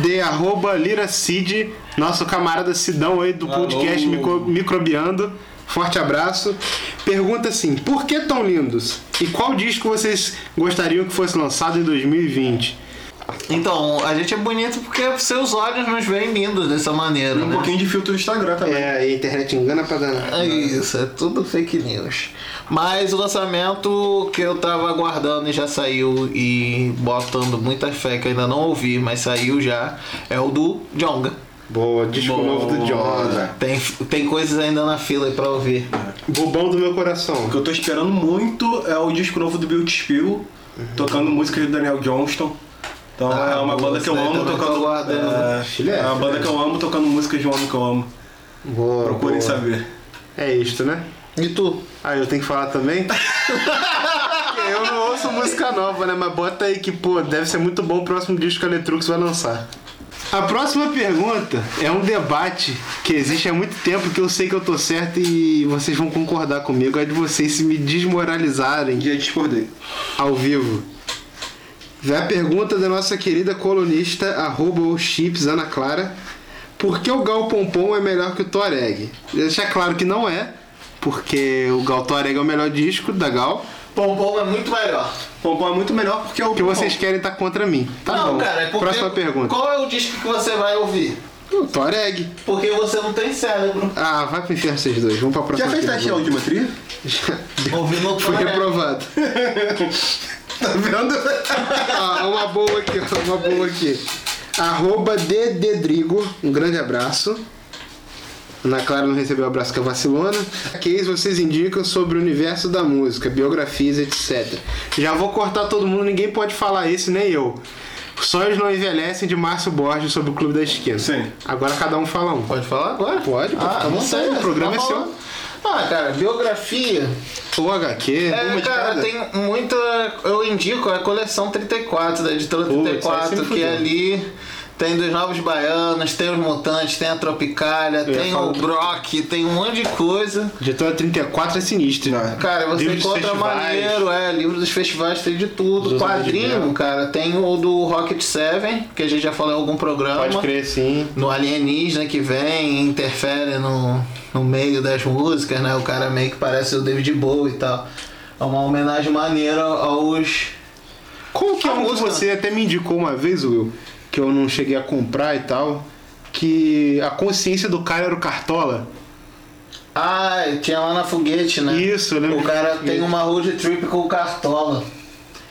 [SPEAKER 3] de arroba LiraCid, nosso camarada Sidão aí do podcast Micro- Microbiando. Forte abraço. Pergunta assim, por que tão lindos? E qual disco vocês gostariam que fosse lançado em 2020?
[SPEAKER 1] Então, a gente é bonito porque seus olhos nos veem lindos dessa maneira,
[SPEAKER 4] Um
[SPEAKER 1] né?
[SPEAKER 4] pouquinho de filtro do Instagram também.
[SPEAKER 3] É, a internet engana pra danar.
[SPEAKER 1] É isso, é tudo fake news. Mas o lançamento que eu tava aguardando e já saiu e botando muita fé que eu ainda não ouvi, mas saiu já, é o do Jonga.
[SPEAKER 3] Boa, disco
[SPEAKER 4] Boa.
[SPEAKER 3] novo do Jonga.
[SPEAKER 1] Tem, tem coisas ainda na fila aí pra ouvir.
[SPEAKER 3] Bobão do meu
[SPEAKER 4] O
[SPEAKER 3] coração.
[SPEAKER 4] que eu tô esperando muito é o disco novo do Bill Spill, tocando músicas do Daniel Johnston. Então
[SPEAKER 1] Ah,
[SPEAKER 4] é uma
[SPEAKER 1] boa,
[SPEAKER 4] banda que eu
[SPEAKER 1] isso aí
[SPEAKER 4] amo
[SPEAKER 1] também tô
[SPEAKER 4] tocando.
[SPEAKER 1] aguardando.
[SPEAKER 4] é,
[SPEAKER 3] Filé,
[SPEAKER 4] é uma
[SPEAKER 3] filé.
[SPEAKER 4] banda que eu amo tocando músicas de um homem que eu amo.
[SPEAKER 3] Boa,
[SPEAKER 4] Procurem
[SPEAKER 3] boa.
[SPEAKER 4] saber.
[SPEAKER 3] É isto, né?
[SPEAKER 1] E tu?
[SPEAKER 3] Ah, eu tenho que falar também? [LAUGHS] eu não ouço música nova, né? Mas bota aí que, pô, deve ser muito bom o próximo disco que a Letrux vai lançar. A próxima pergunta é um debate que existe há muito tempo que eu sei que eu tô certo e vocês vão concordar comigo. É de vocês se me desmoralizarem
[SPEAKER 4] Já discordei.
[SPEAKER 3] ao vivo. Vem a pergunta da nossa querida colunista, arroba o chips, Ana Clara. Por que o Gal Pompom é melhor que o Tuareg? Deixar claro que não é, porque o Gal Tuareg é o melhor disco da Gal.
[SPEAKER 1] Pompom é muito melhor.
[SPEAKER 4] Pompom é muito melhor porque o
[SPEAKER 3] Que vocês querem estar contra mim. Tá
[SPEAKER 1] não,
[SPEAKER 3] bom.
[SPEAKER 1] cara, é porque.
[SPEAKER 3] Próxima pergunta.
[SPEAKER 1] Qual é o disco que você vai ouvir?
[SPEAKER 3] O Tuareg.
[SPEAKER 1] Porque você não tem cérebro.
[SPEAKER 3] Ah, vai pro inferno vocês dois. Vamos pra próxima
[SPEAKER 4] Já fez teste de
[SPEAKER 3] pergunta.
[SPEAKER 4] audiometria? [LAUGHS]
[SPEAKER 1] Ouvindo o
[SPEAKER 3] Fui
[SPEAKER 1] Tuareg. [LAUGHS]
[SPEAKER 3] reprovado.
[SPEAKER 4] Tá vendo?
[SPEAKER 3] Ah, uma boa aqui, ó, uma boa aqui. Arroba Dededrigo, um grande abraço. Ana Clara não recebeu o abraço que é vacilona. Aqueis vocês indicam sobre o universo da música, biografias, etc. Já vou cortar todo mundo, ninguém pode falar esse, nem eu. Sonhos não envelhecem de Márcio Borges sobre o Clube da Esquina.
[SPEAKER 4] Sim.
[SPEAKER 3] Agora cada um fala um.
[SPEAKER 1] Pode falar agora?
[SPEAKER 3] Pode, pode
[SPEAKER 1] Ah,
[SPEAKER 3] ficar à
[SPEAKER 1] não
[SPEAKER 3] vontade,
[SPEAKER 1] sei.
[SPEAKER 3] o programa
[SPEAKER 1] tá
[SPEAKER 3] é seu.
[SPEAKER 1] falando. Ah, cara, biografia.
[SPEAKER 3] Ou HQ.
[SPEAKER 1] É,
[SPEAKER 3] uma de
[SPEAKER 1] cara,
[SPEAKER 3] cada.
[SPEAKER 1] tem muita. Eu indico a coleção 34, da editora
[SPEAKER 3] Putz, aí
[SPEAKER 1] 34,
[SPEAKER 3] você me
[SPEAKER 1] que é
[SPEAKER 3] fudeu.
[SPEAKER 1] ali tem dos Novos Baianos, tem os Mutantes, tem a Tropicália,
[SPEAKER 3] ia
[SPEAKER 1] tem
[SPEAKER 3] falar
[SPEAKER 1] o
[SPEAKER 3] que-
[SPEAKER 1] Brock, tem um monte de coisa.
[SPEAKER 3] Diretora 34 é sinistro. né?
[SPEAKER 1] Cara, você
[SPEAKER 3] Livro de
[SPEAKER 1] encontra
[SPEAKER 3] festivais.
[SPEAKER 1] maneiro, é, livro dos festivais tem de tudo.
[SPEAKER 3] Dos Homens de
[SPEAKER 1] Quadrinho,
[SPEAKER 3] Ferro.
[SPEAKER 1] cara, tem o do Rocket Seven, que a gente já falou em algum programa.
[SPEAKER 3] Pode crer, sim.
[SPEAKER 1] no alienígena que vem e interfere no, no meio das músicas, né? O cara meio que parece o David Bowie e tal. É uma homenagem maneira aos.
[SPEAKER 3] Qual que é
[SPEAKER 1] A
[SPEAKER 3] um que
[SPEAKER 1] música.
[SPEAKER 3] você até me indicou uma vez, Will, que eu não cheguei a comprar e tal, que a consciência do cara era o Cartola?
[SPEAKER 1] Ah, tinha lá na foguete, né?
[SPEAKER 3] é Isso, eu lembro
[SPEAKER 1] O
[SPEAKER 3] de
[SPEAKER 1] cara
[SPEAKER 3] Foguete.
[SPEAKER 1] tem uma road trip com o Cartola.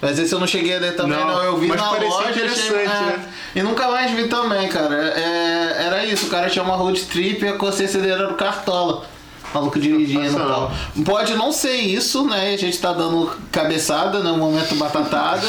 [SPEAKER 1] Mas esse eu não cheguei a ler também,
[SPEAKER 3] Não,
[SPEAKER 1] não. Eu vi
[SPEAKER 3] mas
[SPEAKER 1] na
[SPEAKER 3] parecia
[SPEAKER 1] loja.
[SPEAKER 3] interessante,
[SPEAKER 1] achei-
[SPEAKER 3] né?
[SPEAKER 1] E nunca mais vi também, cara. É, era isso, o cara tinha uma road trip e a consciência dele era o Cartola. O Maluco dirigindo e tal.
[SPEAKER 3] Sensacional.
[SPEAKER 1] Pode não ser isso, né? A gente tá dando cabeçada no momento
[SPEAKER 3] [LAUGHS]
[SPEAKER 1] batatada,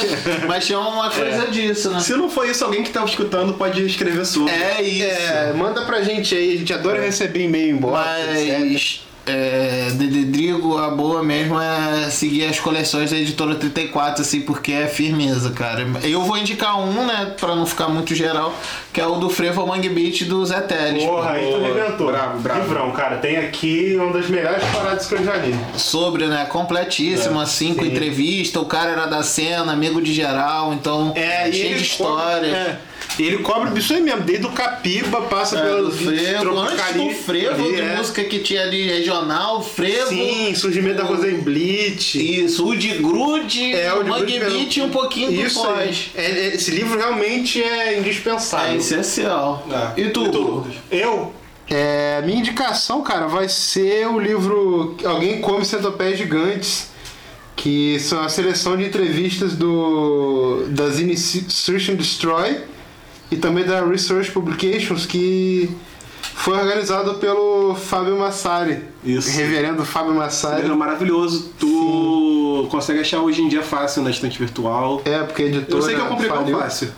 [SPEAKER 1] mas tinha uma
[SPEAKER 3] É.
[SPEAKER 1] coisa disso, né?
[SPEAKER 4] Se não for isso, alguém que tá escutando pode escrever sobre.
[SPEAKER 1] É isso.
[SPEAKER 3] É, manda pra gente aí, a gente adora receber e-mail embora.
[SPEAKER 1] Mas é, Dedrigo, a boa mesmo é seguir as coleções da editora 34, assim, porque é firmeza, cara. Eu vou indicar um, né, pra não ficar muito geral, que é o do Frevo Mangue Beat do Zé Teles.
[SPEAKER 3] Porra, aí tu
[SPEAKER 4] Boa.
[SPEAKER 3] arrebentou.
[SPEAKER 4] Bravo, bravo.
[SPEAKER 3] Livrão, cara, tem aqui uma das melhores paradas que eu já li.
[SPEAKER 1] Sobre, né? Completíssima, cinco
[SPEAKER 3] É, sim.
[SPEAKER 1] entrevistas. O cara era da cena, amigo de geral, então cheio de história.
[SPEAKER 3] é, e ele cobre isso aí mesmo, desde o Capiba, passa
[SPEAKER 1] É, do
[SPEAKER 3] pelo
[SPEAKER 1] frevo, antes do
[SPEAKER 3] Tropicali-
[SPEAKER 1] frevo
[SPEAKER 3] ali,
[SPEAKER 1] de
[SPEAKER 3] é.
[SPEAKER 1] música que tinha ali regional, frevo.
[SPEAKER 3] Sim, surgimento da Rosenblit.
[SPEAKER 1] Isso, o de grude,
[SPEAKER 3] É, o de
[SPEAKER 1] Mangue
[SPEAKER 3] Bruce
[SPEAKER 1] Beat e
[SPEAKER 3] Perón.
[SPEAKER 1] um pouquinho
[SPEAKER 3] Isso
[SPEAKER 1] do
[SPEAKER 3] aí.
[SPEAKER 1] pós.
[SPEAKER 3] É, é, esse livro realmente é
[SPEAKER 1] É
[SPEAKER 3] indispensável.
[SPEAKER 1] essencial.
[SPEAKER 4] É.
[SPEAKER 1] E tu?
[SPEAKER 4] E tu, Lucas?
[SPEAKER 3] Eu? É, minha indicação, cara, vai ser o livro Alguém Come Centopeias Gigantes, que são a seleção de entrevistas do da Zine Search and Destroy e também da Research Publications, que foi organizado pelo Fábio Massari.
[SPEAKER 4] Isso.
[SPEAKER 3] Reverendo Fábio Massari.
[SPEAKER 4] Ele é maravilhoso. Tu consegue achar hoje em dia fácil na estante virtual.
[SPEAKER 3] É, porque a editora.
[SPEAKER 4] um Eu sei que eu comprei
[SPEAKER 3] faliu.
[SPEAKER 4] qual fácil.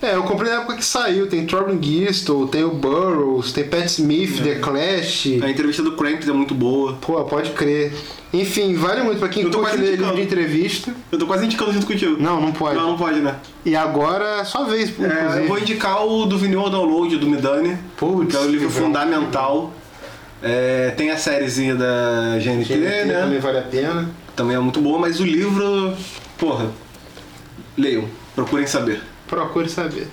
[SPEAKER 3] É, eu comprei na época que saiu. Tem Thornton Gistle, tem o Burroughs, tem Pat Smith, The Clash.
[SPEAKER 4] A entrevista do Cramped é muito boa.
[SPEAKER 3] Pô, pode crer. Enfim, vale muito pra quem
[SPEAKER 4] Eu tô
[SPEAKER 3] curte
[SPEAKER 4] quase
[SPEAKER 3] ler livro
[SPEAKER 4] indicando.
[SPEAKER 3] de entrevista.
[SPEAKER 4] Eu tô quase indicando junto contigo.
[SPEAKER 3] Não, não pode.
[SPEAKER 4] Não, não pode, né?
[SPEAKER 3] E agora é sua vez,
[SPEAKER 4] É,
[SPEAKER 3] inclusive.
[SPEAKER 4] eu vou indicar o do Vinil ao Download, do Midani,
[SPEAKER 3] Putz,
[SPEAKER 4] que é um livro
[SPEAKER 3] legal.
[SPEAKER 4] fundamental. É, tem a sériezinha da GNT,
[SPEAKER 3] GNT
[SPEAKER 4] né?
[SPEAKER 3] Também
[SPEAKER 4] Também.
[SPEAKER 3] vale a pena.
[SPEAKER 4] é muito boa, mas o livro, porra, leiam, procurem saber.
[SPEAKER 3] Procure saber.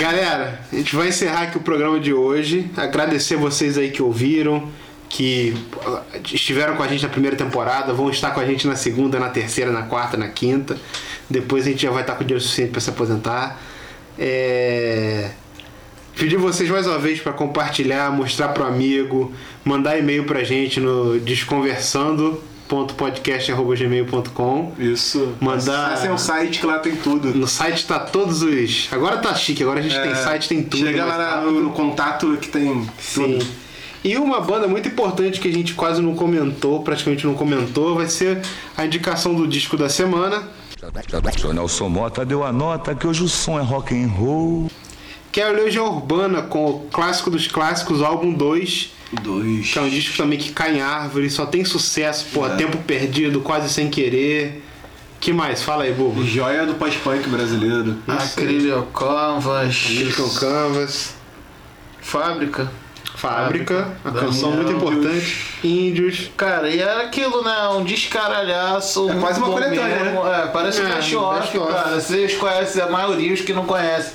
[SPEAKER 3] Galera, a gente vai encerrar aqui o programa de hoje. Agradecer vocês aí que ouviram, que ah, estiveram com a gente na primeira temporada, vão estar com a gente na segunda, na terceira, na quarta, na quinta. Depois a gente já vai estar com dinheiro suficiente para se aposentar. É... Pedir vocês mais uma vez para compartilhar, mostrar pro amigo, mandar e-mail pra gente no desconversando.podcast.gmail.com
[SPEAKER 4] Isso.
[SPEAKER 3] Mandar-
[SPEAKER 4] Acessem o site que lá tem tudo.
[SPEAKER 3] no site tá todos os. Agora tá chique, agora a gente tem
[SPEAKER 4] É,
[SPEAKER 3] site, tem tudo.
[SPEAKER 4] Chega
[SPEAKER 3] mas
[SPEAKER 4] lá
[SPEAKER 3] tá-
[SPEAKER 4] na- no, no contato que tem
[SPEAKER 3] Sim.
[SPEAKER 4] tudo.
[SPEAKER 3] E uma banda muito importante que a gente quase não comentou, praticamente não comentou, vai ser a indicação do disco da semana,
[SPEAKER 8] Nelson Mota deu a nota que hoje o som é rock and roll.
[SPEAKER 3] que é a Legião Urbana com o clássico dos clássicos, álbum 2,
[SPEAKER 4] Dois.
[SPEAKER 3] que é um disco também que cai em árvore, só tem sucesso, pô,
[SPEAKER 4] É.
[SPEAKER 3] tempo perdido, quase sem querer. Que mais? Fala aí, bobo.
[SPEAKER 4] Joia do pós-punk brasileiro.
[SPEAKER 1] Ah, Acrilocovas.
[SPEAKER 3] Critical Canvas.
[SPEAKER 1] Fábrica.
[SPEAKER 3] Fábrica, a
[SPEAKER 1] Daniel,
[SPEAKER 3] canção muito importante. Índios.
[SPEAKER 1] Cara, e era aquilo, né? Um descaralhaço.
[SPEAKER 4] É quase
[SPEAKER 1] muito
[SPEAKER 4] uma
[SPEAKER 1] bom
[SPEAKER 4] coletânea,
[SPEAKER 1] mesmo. É, parece um
[SPEAKER 3] É,
[SPEAKER 1] best-off,
[SPEAKER 3] best-of.
[SPEAKER 1] cara. Vocês conhecem a maioria, os que não conhecem.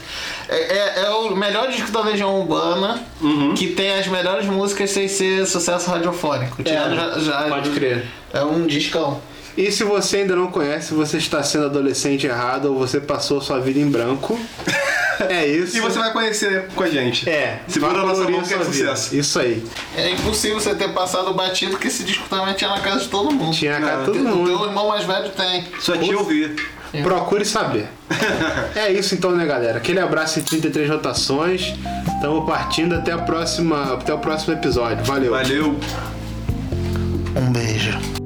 [SPEAKER 1] É, é- é o melhor disco da Legião Urbana,
[SPEAKER 4] Uhum.
[SPEAKER 1] que tem as melhores músicas sem ser sucesso
[SPEAKER 3] É.
[SPEAKER 1] radiofônico. Tirando já- já-
[SPEAKER 3] Pode crer.
[SPEAKER 1] É um discão.
[SPEAKER 3] E se você ainda não conhece, você está sendo adolescente errado ou você passou sua vida em branco. É isso.
[SPEAKER 4] E você vai conhecer com a gente.
[SPEAKER 3] É,
[SPEAKER 4] Segura a nossa
[SPEAKER 3] valorizar
[SPEAKER 4] mão que é
[SPEAKER 3] sua vida.
[SPEAKER 4] sucesso.
[SPEAKER 3] Isso aí.
[SPEAKER 1] É impossível você ter passado batido, que esse disco também tinha na casa de todo mundo.
[SPEAKER 3] Tinha a cara de
[SPEAKER 4] É,
[SPEAKER 3] todo
[SPEAKER 1] O
[SPEAKER 3] mundo.
[SPEAKER 1] teu irmão mais velho tem.
[SPEAKER 4] Só te [LAUGHS] ouvir.
[SPEAKER 3] Procure saber. é isso então, né, galera? Aquele abraço em 33 rotações. Tamo partindo até a próxima, até o próximo episódio. Valeu.
[SPEAKER 4] Valeu.
[SPEAKER 1] Um beijo.